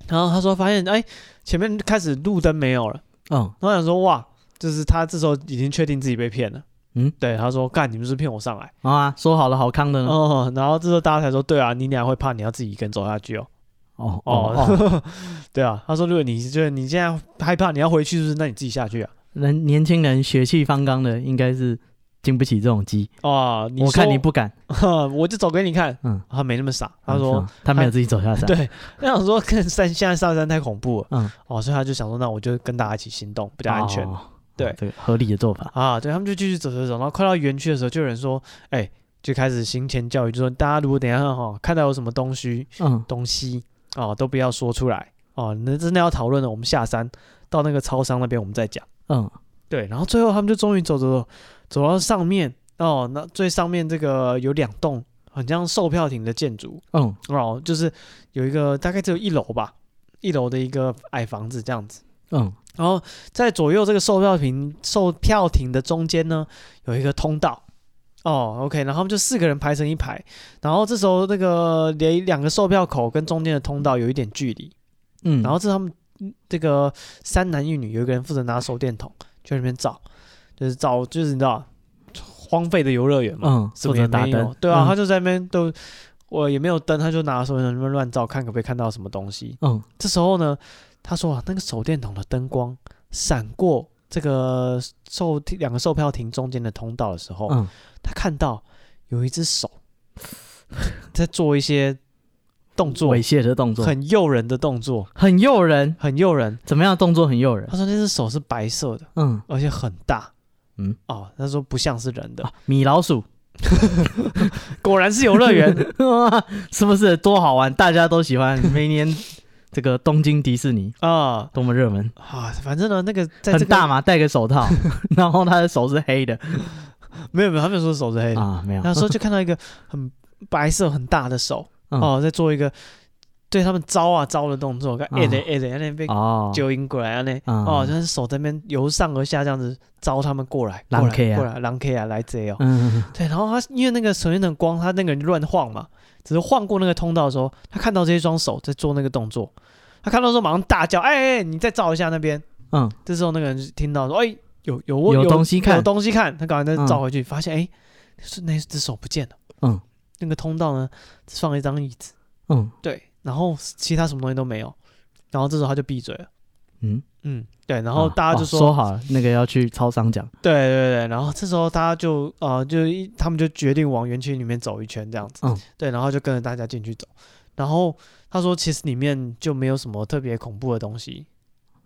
Speaker 1: 然后他说发现，哎、前面开始路灯没有了，
Speaker 2: 嗯，
Speaker 1: 然后想说，哇，就是他这时候已经确定自己被骗了，
Speaker 2: 嗯，
Speaker 1: 对，他说，干，你们是不是骗我上来。
Speaker 2: 好啊，说好了好康的呢。
Speaker 1: 哦，然后这时候大家才说，对啊，你俩会怕，你要自己一个人走下去哦。
Speaker 2: 哦哦，
Speaker 1: 哦， 对啊，他说，如果你就是你现在害怕，你要回去，是不是？那你自己下去啊。
Speaker 2: 人年轻人血气方刚的，应该是经不起这种鸡。
Speaker 1: 哦，
Speaker 2: 我看
Speaker 1: 说
Speaker 2: 你，不敢。
Speaker 1: 我就走给你看。
Speaker 2: 嗯，
Speaker 1: 他没那么傻，
Speaker 2: 嗯
Speaker 1: 他
Speaker 2: 是
Speaker 1: 说
Speaker 2: 吗，他没有自己走下山。
Speaker 1: 对，他想说跟山现在上山太恐怖了。
Speaker 2: 嗯，
Speaker 1: 哦，所以他就想说，那我就跟大家一起行动，比较安全。
Speaker 2: 哦
Speaker 1: 对
Speaker 2: 这个合理的做法。
Speaker 1: 啊，对他们就继续走走走，然后快到园区的时候，就有人说，哎，就开始行前教育，就说大家如果等一下哈、看到有什么东西，
Speaker 2: 嗯，
Speaker 1: 东西啊、都不要说出来哦。那真的要讨论了，我们下山到那个超商那边我们再讲。
Speaker 2: 嗯，
Speaker 1: 对，然后最后他们就终于走走走走到上面哦，那最上面这个有两栋很像售票亭的建筑
Speaker 2: 嗯，
Speaker 1: 哦，就是有一个大概只有一楼吧，一楼的一个矮房子这样子。
Speaker 2: 嗯，
Speaker 1: 然后在左右这个售票亭售票亭的中间呢，有一个通道。哦，OK，然后他们就四个人排成一排，然后这时候那个连两个售票口跟中间的通道有一点距离，
Speaker 2: 嗯，
Speaker 1: 然后这他们嗯这个三男一女，有一个人负责拿手电筒去那边照，就是照就是你知道荒废的游乐园嘛，
Speaker 2: 嗯，
Speaker 1: 什
Speaker 2: 负
Speaker 1: 么也
Speaker 2: 责打
Speaker 1: 没有
Speaker 2: 灯，，
Speaker 1: 对啊，
Speaker 2: 嗯
Speaker 1: 他就在那边都我也没有灯，他就拿手电筒在那边乱照，看可不可以看到什么东西。
Speaker 2: 嗯，
Speaker 1: 这时候呢，他说啊，那个手电筒的灯光闪过这个售两个售票亭中间的通道的时候，
Speaker 2: 嗯，
Speaker 1: 他看到有一只手 在做一些动作
Speaker 2: 猥，亵的动作
Speaker 1: 很诱人的动作，
Speaker 2: 很诱人，
Speaker 1: 很诱人。
Speaker 2: 怎么样？动作很诱人
Speaker 1: 他。说那只手是白色的，
Speaker 2: 嗯，
Speaker 1: 而且很大。
Speaker 2: 嗯，
Speaker 1: 哦，他说不像是人的，
Speaker 2: 啊米老鼠
Speaker 1: 果然是游乐园。
Speaker 2: 是不是多好玩？大家都喜欢， 每年这个东京迪士尼
Speaker 1: 啊
Speaker 2: 多么热门，
Speaker 1: 啊，反正呢，那个在这
Speaker 2: 很
Speaker 1: 个
Speaker 2: 大嘛，戴个手套， 然后他的手是黑的
Speaker 1: 没有没有，他没有说手是黑的，
Speaker 2: 啊，没有，
Speaker 1: 他说就看到一个很白色很大的手，
Speaker 2: 嗯
Speaker 1: 哦，在做一个对他们招啊招的动作，看
Speaker 2: 嗯
Speaker 1: 哎嘞哎嘞，那边
Speaker 2: 哦，
Speaker 1: 揪引过来啊那。
Speaker 2: 嗯
Speaker 1: 哦，就是手在那边由上而下这样子招他们过来，过
Speaker 2: 狼
Speaker 1: 来，
Speaker 2: K 啊
Speaker 1: 过来，狼 K 啊，来这哦。
Speaker 2: 嗯，
Speaker 1: 对，然后他因为那个手电筒光，他那个人乱晃嘛，只是晃过那个通道的时候，他看到这一双手在做那个动作，他看到之后马上大叫：“哎、哎，你再照一下那边！”
Speaker 2: 嗯，
Speaker 1: 这时候那个人就听到说：“哎、有有
Speaker 2: 有东西看
Speaker 1: 有东西看。”他赶快再
Speaker 2: 嗯
Speaker 1: 照回去，发现哎、是那只手不见了。
Speaker 2: 嗯，
Speaker 1: 那个通道呢，只放了一张椅子，
Speaker 2: 嗯
Speaker 1: 对，然后其他什么东西都没有。然后这时候他就闭嘴了。
Speaker 2: 嗯，
Speaker 1: 嗯，对，然后
Speaker 2: 啊
Speaker 1: 大家就
Speaker 2: 哦
Speaker 1: 说，
Speaker 2: 说好了，那个要去超商讲，
Speaker 1: 对对对，然后这时候大家就呃，就一他们就决定往园区里面走一圈这样子，
Speaker 2: 嗯
Speaker 1: 对，然后就跟着大家进去走。然后他说，其实里面就没有什么特别恐怖的东西。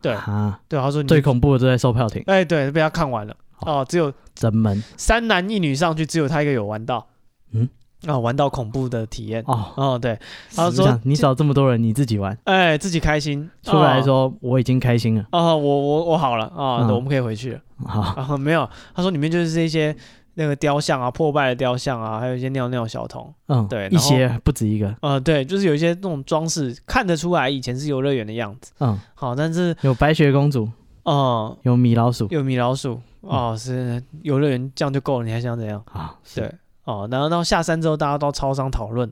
Speaker 1: 对
Speaker 2: 啊，
Speaker 1: 对，他说你
Speaker 2: 最恐怖的就在售票亭，
Speaker 1: 哎，对，被他看完了哦、只有
Speaker 2: 真门
Speaker 1: 三男一女上去，只有他一个有玩到，
Speaker 2: 嗯，
Speaker 1: 啊、玩到恐怖的体验。
Speaker 2: 哦。
Speaker 1: 哦，对，他
Speaker 2: 实际上
Speaker 1: 说
Speaker 2: 你找这么多人，你自己玩，
Speaker 1: 哎，自己开心
Speaker 2: 出来
Speaker 1: 哦
Speaker 2: 说我已经开心了。
Speaker 1: 哦，我我我好了啊、
Speaker 2: 嗯
Speaker 1: 我们可以回去了。
Speaker 2: 好，
Speaker 1: 啊，没有，他说里面就是这些那个雕像啊，破败的雕像啊，还有一些尿尿小童。
Speaker 2: 嗯，
Speaker 1: 对
Speaker 2: 一
Speaker 1: 然后
Speaker 2: 些不止一个，
Speaker 1: 呃，对，就是有一些那种装饰，看得出来以前是游乐园的样子。
Speaker 2: 嗯，
Speaker 1: 好，但是
Speaker 2: 有白雪公主，
Speaker 1: 呃，
Speaker 2: 有米老鼠
Speaker 1: 有米老鼠哦、是游乐园这样就够了，你还想怎样？
Speaker 2: 啊，是
Speaker 1: 对，哦、然后到下山之后，大家到超商讨论，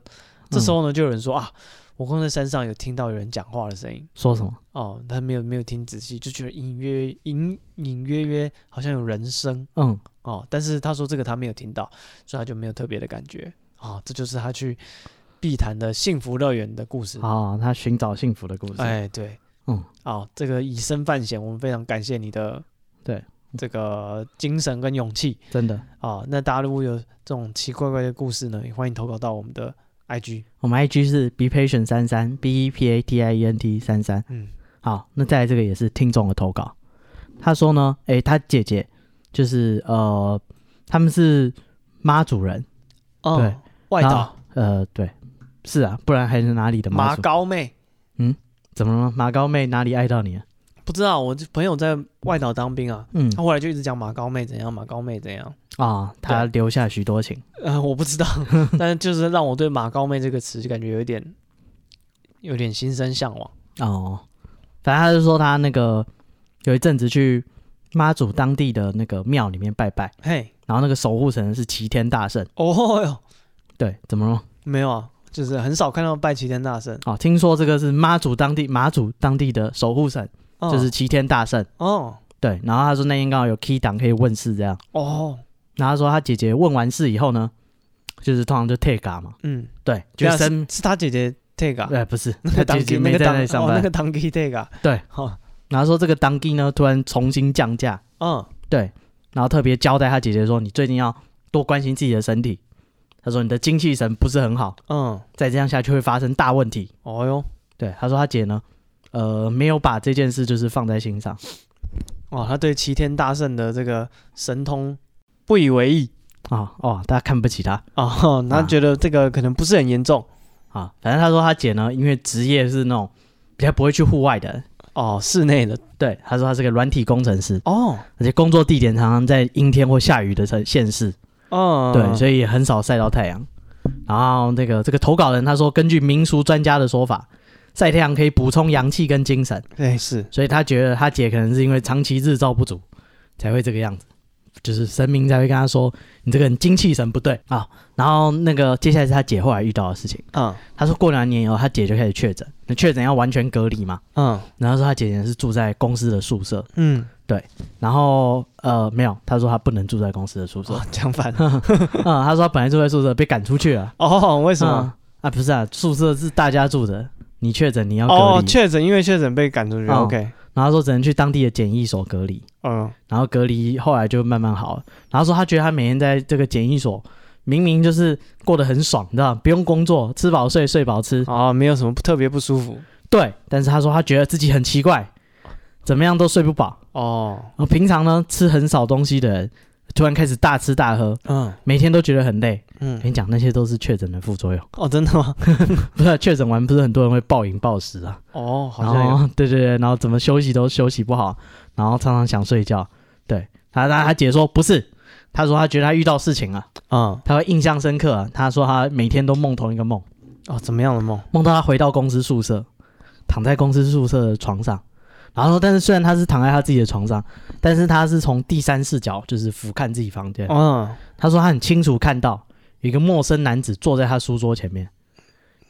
Speaker 1: 这时候呢，就有人说啊，我刚才山上有听到有人讲话的声音。
Speaker 2: 说什么？
Speaker 1: 哦，他没有没有听仔细，就觉得隐约隐隐约约好像有人声
Speaker 2: 嗯，
Speaker 1: 哦，但是他说这个他没有听到，所以他就没有特别的感觉哦，这就是他去碧潭的幸福乐园的故事。
Speaker 2: 啊，他寻找幸福的故事。
Speaker 1: 哎，对，
Speaker 2: 嗯，
Speaker 1: 哦，这个以身犯险，我们非常感谢你的
Speaker 2: 对
Speaker 1: 这个精神跟勇气
Speaker 2: 真的。
Speaker 1: 啊。那大家如果有这种奇怪怪的故事呢，也欢迎投稿到我们的 IG。
Speaker 2: 我们 IG 是 be patient 三三 b e p a t i e n t 三三。
Speaker 1: 嗯，
Speaker 2: 好，那再来这个也是听众的投稿，他说呢，诶、他姐姐就是呃，他们是妈祖人，
Speaker 1: 哦
Speaker 2: 对，
Speaker 1: 外
Speaker 2: 然后
Speaker 1: 岛
Speaker 2: 呃，对，是啊，不然还是哪里的妈
Speaker 1: 马
Speaker 2: 祖？
Speaker 1: 高妹，
Speaker 2: 怎么了吗？马高妹哪里爱到你了？
Speaker 1: 不知道我这朋友在外岛当兵啊，
Speaker 2: 嗯
Speaker 1: 他后来就一直讲马高妹怎样，马高妹怎样。
Speaker 2: 啊，他
Speaker 1: 对
Speaker 2: 留下许多情。
Speaker 1: 呃，我不 知道，但是就是让我对“马高妹”这个词就感觉有一点，有点心生向往。
Speaker 2: 哦，反正他就说他那个有一阵子去妈祖当地的那个庙里面拜拜，
Speaker 1: 嘿，
Speaker 2: 然后那个守护神是齐天大圣。
Speaker 1: 哦哟，
Speaker 2: 对，怎么了？
Speaker 1: 没有啊，就是很少看到拜齐天大圣，
Speaker 2: 哦，听说这个是妈祖当地妈祖当地的守护神，
Speaker 1: 哦
Speaker 2: 就是齐天大圣。
Speaker 1: 哦
Speaker 2: 对，然后他说那天刚好有 key 档可以问事这样，
Speaker 1: 哦，
Speaker 2: 然后他说他姐姐问完事以后呢，就是通常就退嘎嘛，
Speaker 1: 嗯，
Speaker 2: 对，
Speaker 1: 对
Speaker 2: 就
Speaker 1: 啊
Speaker 2: 生
Speaker 1: 是，是他姐姐 take 啊，
Speaker 2: 哎不是，
Speaker 1: 那
Speaker 2: 他
Speaker 1: 个当
Speaker 2: 姐
Speaker 1: 机
Speaker 2: 姐
Speaker 1: 那
Speaker 2: 没
Speaker 1: 个
Speaker 2: 在那
Speaker 1: 当
Speaker 2: 里上
Speaker 1: 哦那
Speaker 2: 班
Speaker 1: 个，当机 take 啊，
Speaker 2: 对，
Speaker 1: 好，
Speaker 2: 然后说这个当地呢突然重新降价，
Speaker 1: 嗯，
Speaker 2: 对，然后特别交代他姐姐说：“你最近要多关心自己的身体。”他说：“你的精气神不是很好，
Speaker 1: 嗯，
Speaker 2: 再这样下去会发生大问题。
Speaker 1: 哦哟，”
Speaker 2: 对，他说他姐呢，呃，没有把这件事就是放在心上。
Speaker 1: 哦，他对齐天大圣的这个神通不以为意
Speaker 2: 啊哦，大家看不起他
Speaker 1: 哦，他
Speaker 2: 啊
Speaker 1: 觉得这个可能不是很严重
Speaker 2: 啊。反正他说他姐呢，因为职业是那种比较不会去户外的，
Speaker 1: 哦，室内的
Speaker 2: 对，他说他是个软体工程师，
Speaker 1: 哦，
Speaker 2: 而且工作地点常常在阴天或下雨的城县市，
Speaker 1: 嗯，
Speaker 2: 对，所以也很少晒到太阳。然后那个这个投稿人他说，根据民俗专家的说法，晒太阳可以补充阳气跟精神，
Speaker 1: 对哎是，
Speaker 2: 所以他觉得他姐可能是因为长期日照不足才会这个样子，就是神明才会跟他说你这个人精气神不对啊。然后那个接下来是他姐后来遇到的事情，
Speaker 1: 嗯
Speaker 2: 他说过两年以后他姐就开始确诊，那确诊要完全隔离嘛，
Speaker 1: 嗯
Speaker 2: 然后说他姐姐是住在公司的宿舍，
Speaker 1: 嗯，
Speaker 2: 然后呃没有，他说他不能住在公司的宿舍，
Speaker 1: 哦，讲反了。
Speaker 2: 嗯，他说他本来住在宿舍被赶出去了。
Speaker 1: 哦，为
Speaker 2: 为
Speaker 1: 什么？
Speaker 2: 啊？不是啊，宿舍是大家住的，你确诊你要隔离，
Speaker 1: 哦，确诊，因为确诊被赶出去。
Speaker 2: 哦
Speaker 1: OK，
Speaker 2: 然后说只能去当地的检疫所隔离，
Speaker 1: 嗯
Speaker 2: 然后隔离后来就慢慢好了。然后说他觉得他每天在这个检疫所，明明就是过得很爽，你知道吗，不用工作，吃饱睡，睡饱吃，
Speaker 1: 哦，没有什么特别不舒服。
Speaker 2: 对。但是他说他觉得自己很奇怪，怎么样都睡不饱。
Speaker 1: 哦，
Speaker 2: 然后平常呢吃很少东西的人，突然开始大吃大喝，
Speaker 1: 嗯
Speaker 2: 每天都觉得很累。
Speaker 1: 嗯，
Speaker 2: 跟你讲，那些都是确诊的副作用。
Speaker 1: 哦，真的吗？
Speaker 2: 不是确诊完，不是很多人会暴饮暴食啊。
Speaker 1: 哦，好
Speaker 2: 然
Speaker 1: 像有。
Speaker 2: 后对对对，然后怎么休息都休息不好，然后常常想睡觉。对他，他他姐说不是，他说他觉得他遇到事情了，
Speaker 1: 嗯，
Speaker 2: 他会印象深刻、啊。他说他每天都梦同一个梦，
Speaker 1: 哦，怎么样的梦？
Speaker 2: 梦到他回到公司宿舍，躺在公司宿舍的床上。然后说，但是虽然他是躺在他自己的床上，但是他是从第三视角就是俯瞰自己房间。
Speaker 1: 嗯，
Speaker 2: 他说他很清楚看到有一个陌生男子坐在他书桌前面，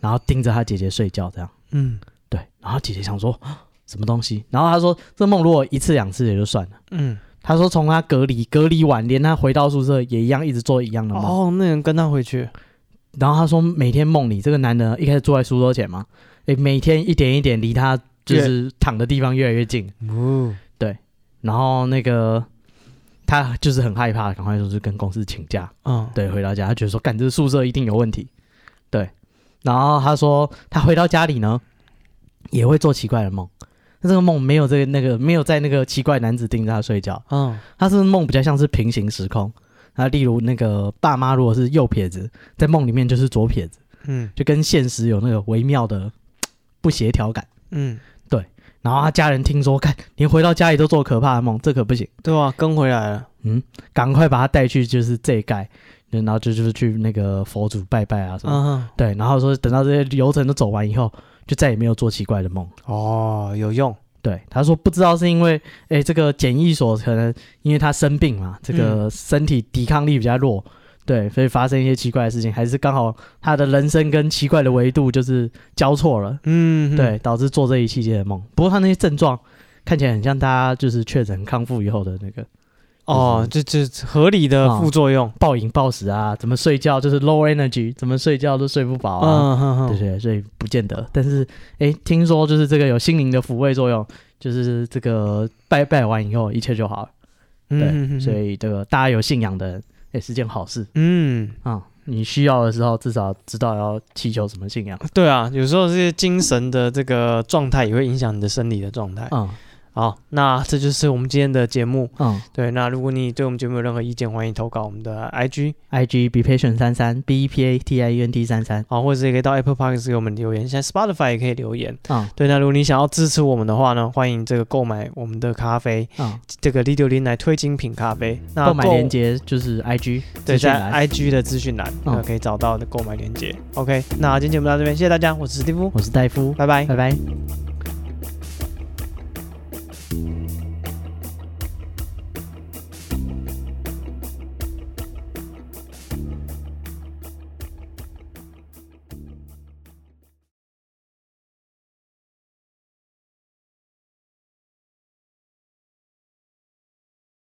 Speaker 2: 然后盯着他姐姐睡觉这样。
Speaker 1: 嗯
Speaker 2: 对，然后姐姐想说啊什么东西，然后她说这梦如果一次两次也就算了，
Speaker 1: 嗯，
Speaker 2: 她说从她隔离隔离完，连她回到宿舍也一样一直做一样的梦，
Speaker 1: 哦，那人跟他回去。
Speaker 2: 然后她说每天梦里这个男的一开始坐在书桌前嘛，诶每天一点一点离她就是躺的地方越来越近，
Speaker 1: 哦，
Speaker 2: 然后那个。她就是很害怕，赶快就是跟公司请假，
Speaker 1: 嗯，
Speaker 2: 对，回到家，他觉得说，干这宿舍一定有问题，对。然后他说，他回到家里呢，也会做奇怪的梦。那这个梦没有这个那个没有在那个奇怪男子盯着他睡觉，
Speaker 1: 嗯，
Speaker 2: 他这个梦比较像是平行时空。那例如那个爸妈如果是右撇子，在梦里面就是左撇子，
Speaker 1: 嗯
Speaker 2: 就跟现实有那个微妙的不协调感。
Speaker 1: 嗯，
Speaker 2: 然后他家人听说，看连回到家里都做可怕的梦，这可不行，
Speaker 1: 对啊，跟回来了。
Speaker 2: 赶快把他带去就是这一盖，然后就就是去那个佛祖拜拜啊什么的。
Speaker 1: 嗯，
Speaker 2: 对，然后说等到这些流程都走完以后，就再也没有做奇怪的梦。
Speaker 1: 哦，有用。
Speaker 2: 对，他说不知道是因为，哎，这个检疫所可能因为他生病嘛，这个
Speaker 1: 嗯
Speaker 2: 身体抵抗力比较弱，对，所以发生一些奇怪的事情，还是刚好他的人生跟奇怪的维度就是交错了，
Speaker 1: 嗯，
Speaker 2: 对，，导致做这一系列的梦。不过他那些症状看起来很像大家就是确诊康复以后的那个
Speaker 1: 哦，这这合理的副作用。
Speaker 2: 暴饮暴食啊，怎么睡觉就是 low energy，怎么睡觉都睡不饱
Speaker 1: 嗯
Speaker 2: 啊，
Speaker 1: 嗯
Speaker 2: 对
Speaker 1: 嗯，
Speaker 2: 对，所以不见得。但是，哎，听说就是这个有心灵的抚慰作用，就是这个拜拜完以后一切就好了。对，
Speaker 1: 嗯
Speaker 2: 所以这个大家有信仰的人也是件好事
Speaker 1: 嗯，
Speaker 2: 啊、你需要的时候，至少知道要祈求什么信仰
Speaker 1: 对啊，有时候这些精神的这个状态也会影响你的生理的状态。
Speaker 2: 啊
Speaker 1: 好，那这就是我们今天的节目。
Speaker 2: 嗯
Speaker 1: 对，那如果你对我们节目有任何意见，欢迎投稿我们的 IG
Speaker 2: i g be patient 三三 b e p a t i e n t 三三
Speaker 1: 啊，或者也可以到 Apple Podcast 给我们留言。现在 Spotify 也可以留言。
Speaker 2: 啊
Speaker 1: 对，那如果你想要支持我们的话呢，欢迎这个购买我们的咖啡，
Speaker 2: 啊，
Speaker 1: 这个 l 六零来推精品咖啡。那
Speaker 2: 购买链接就是 i g
Speaker 1: 对，
Speaker 2: 资讯
Speaker 1: 在
Speaker 2: 栏。
Speaker 1: IG 的资讯栏、
Speaker 2: 嗯
Speaker 1: 呃可以找到的购买链接。OK，那今天节目到这边，谢谢大家，我是史蒂夫，
Speaker 2: 嗯我是戴夫，
Speaker 1: 拜拜
Speaker 2: 拜。拜。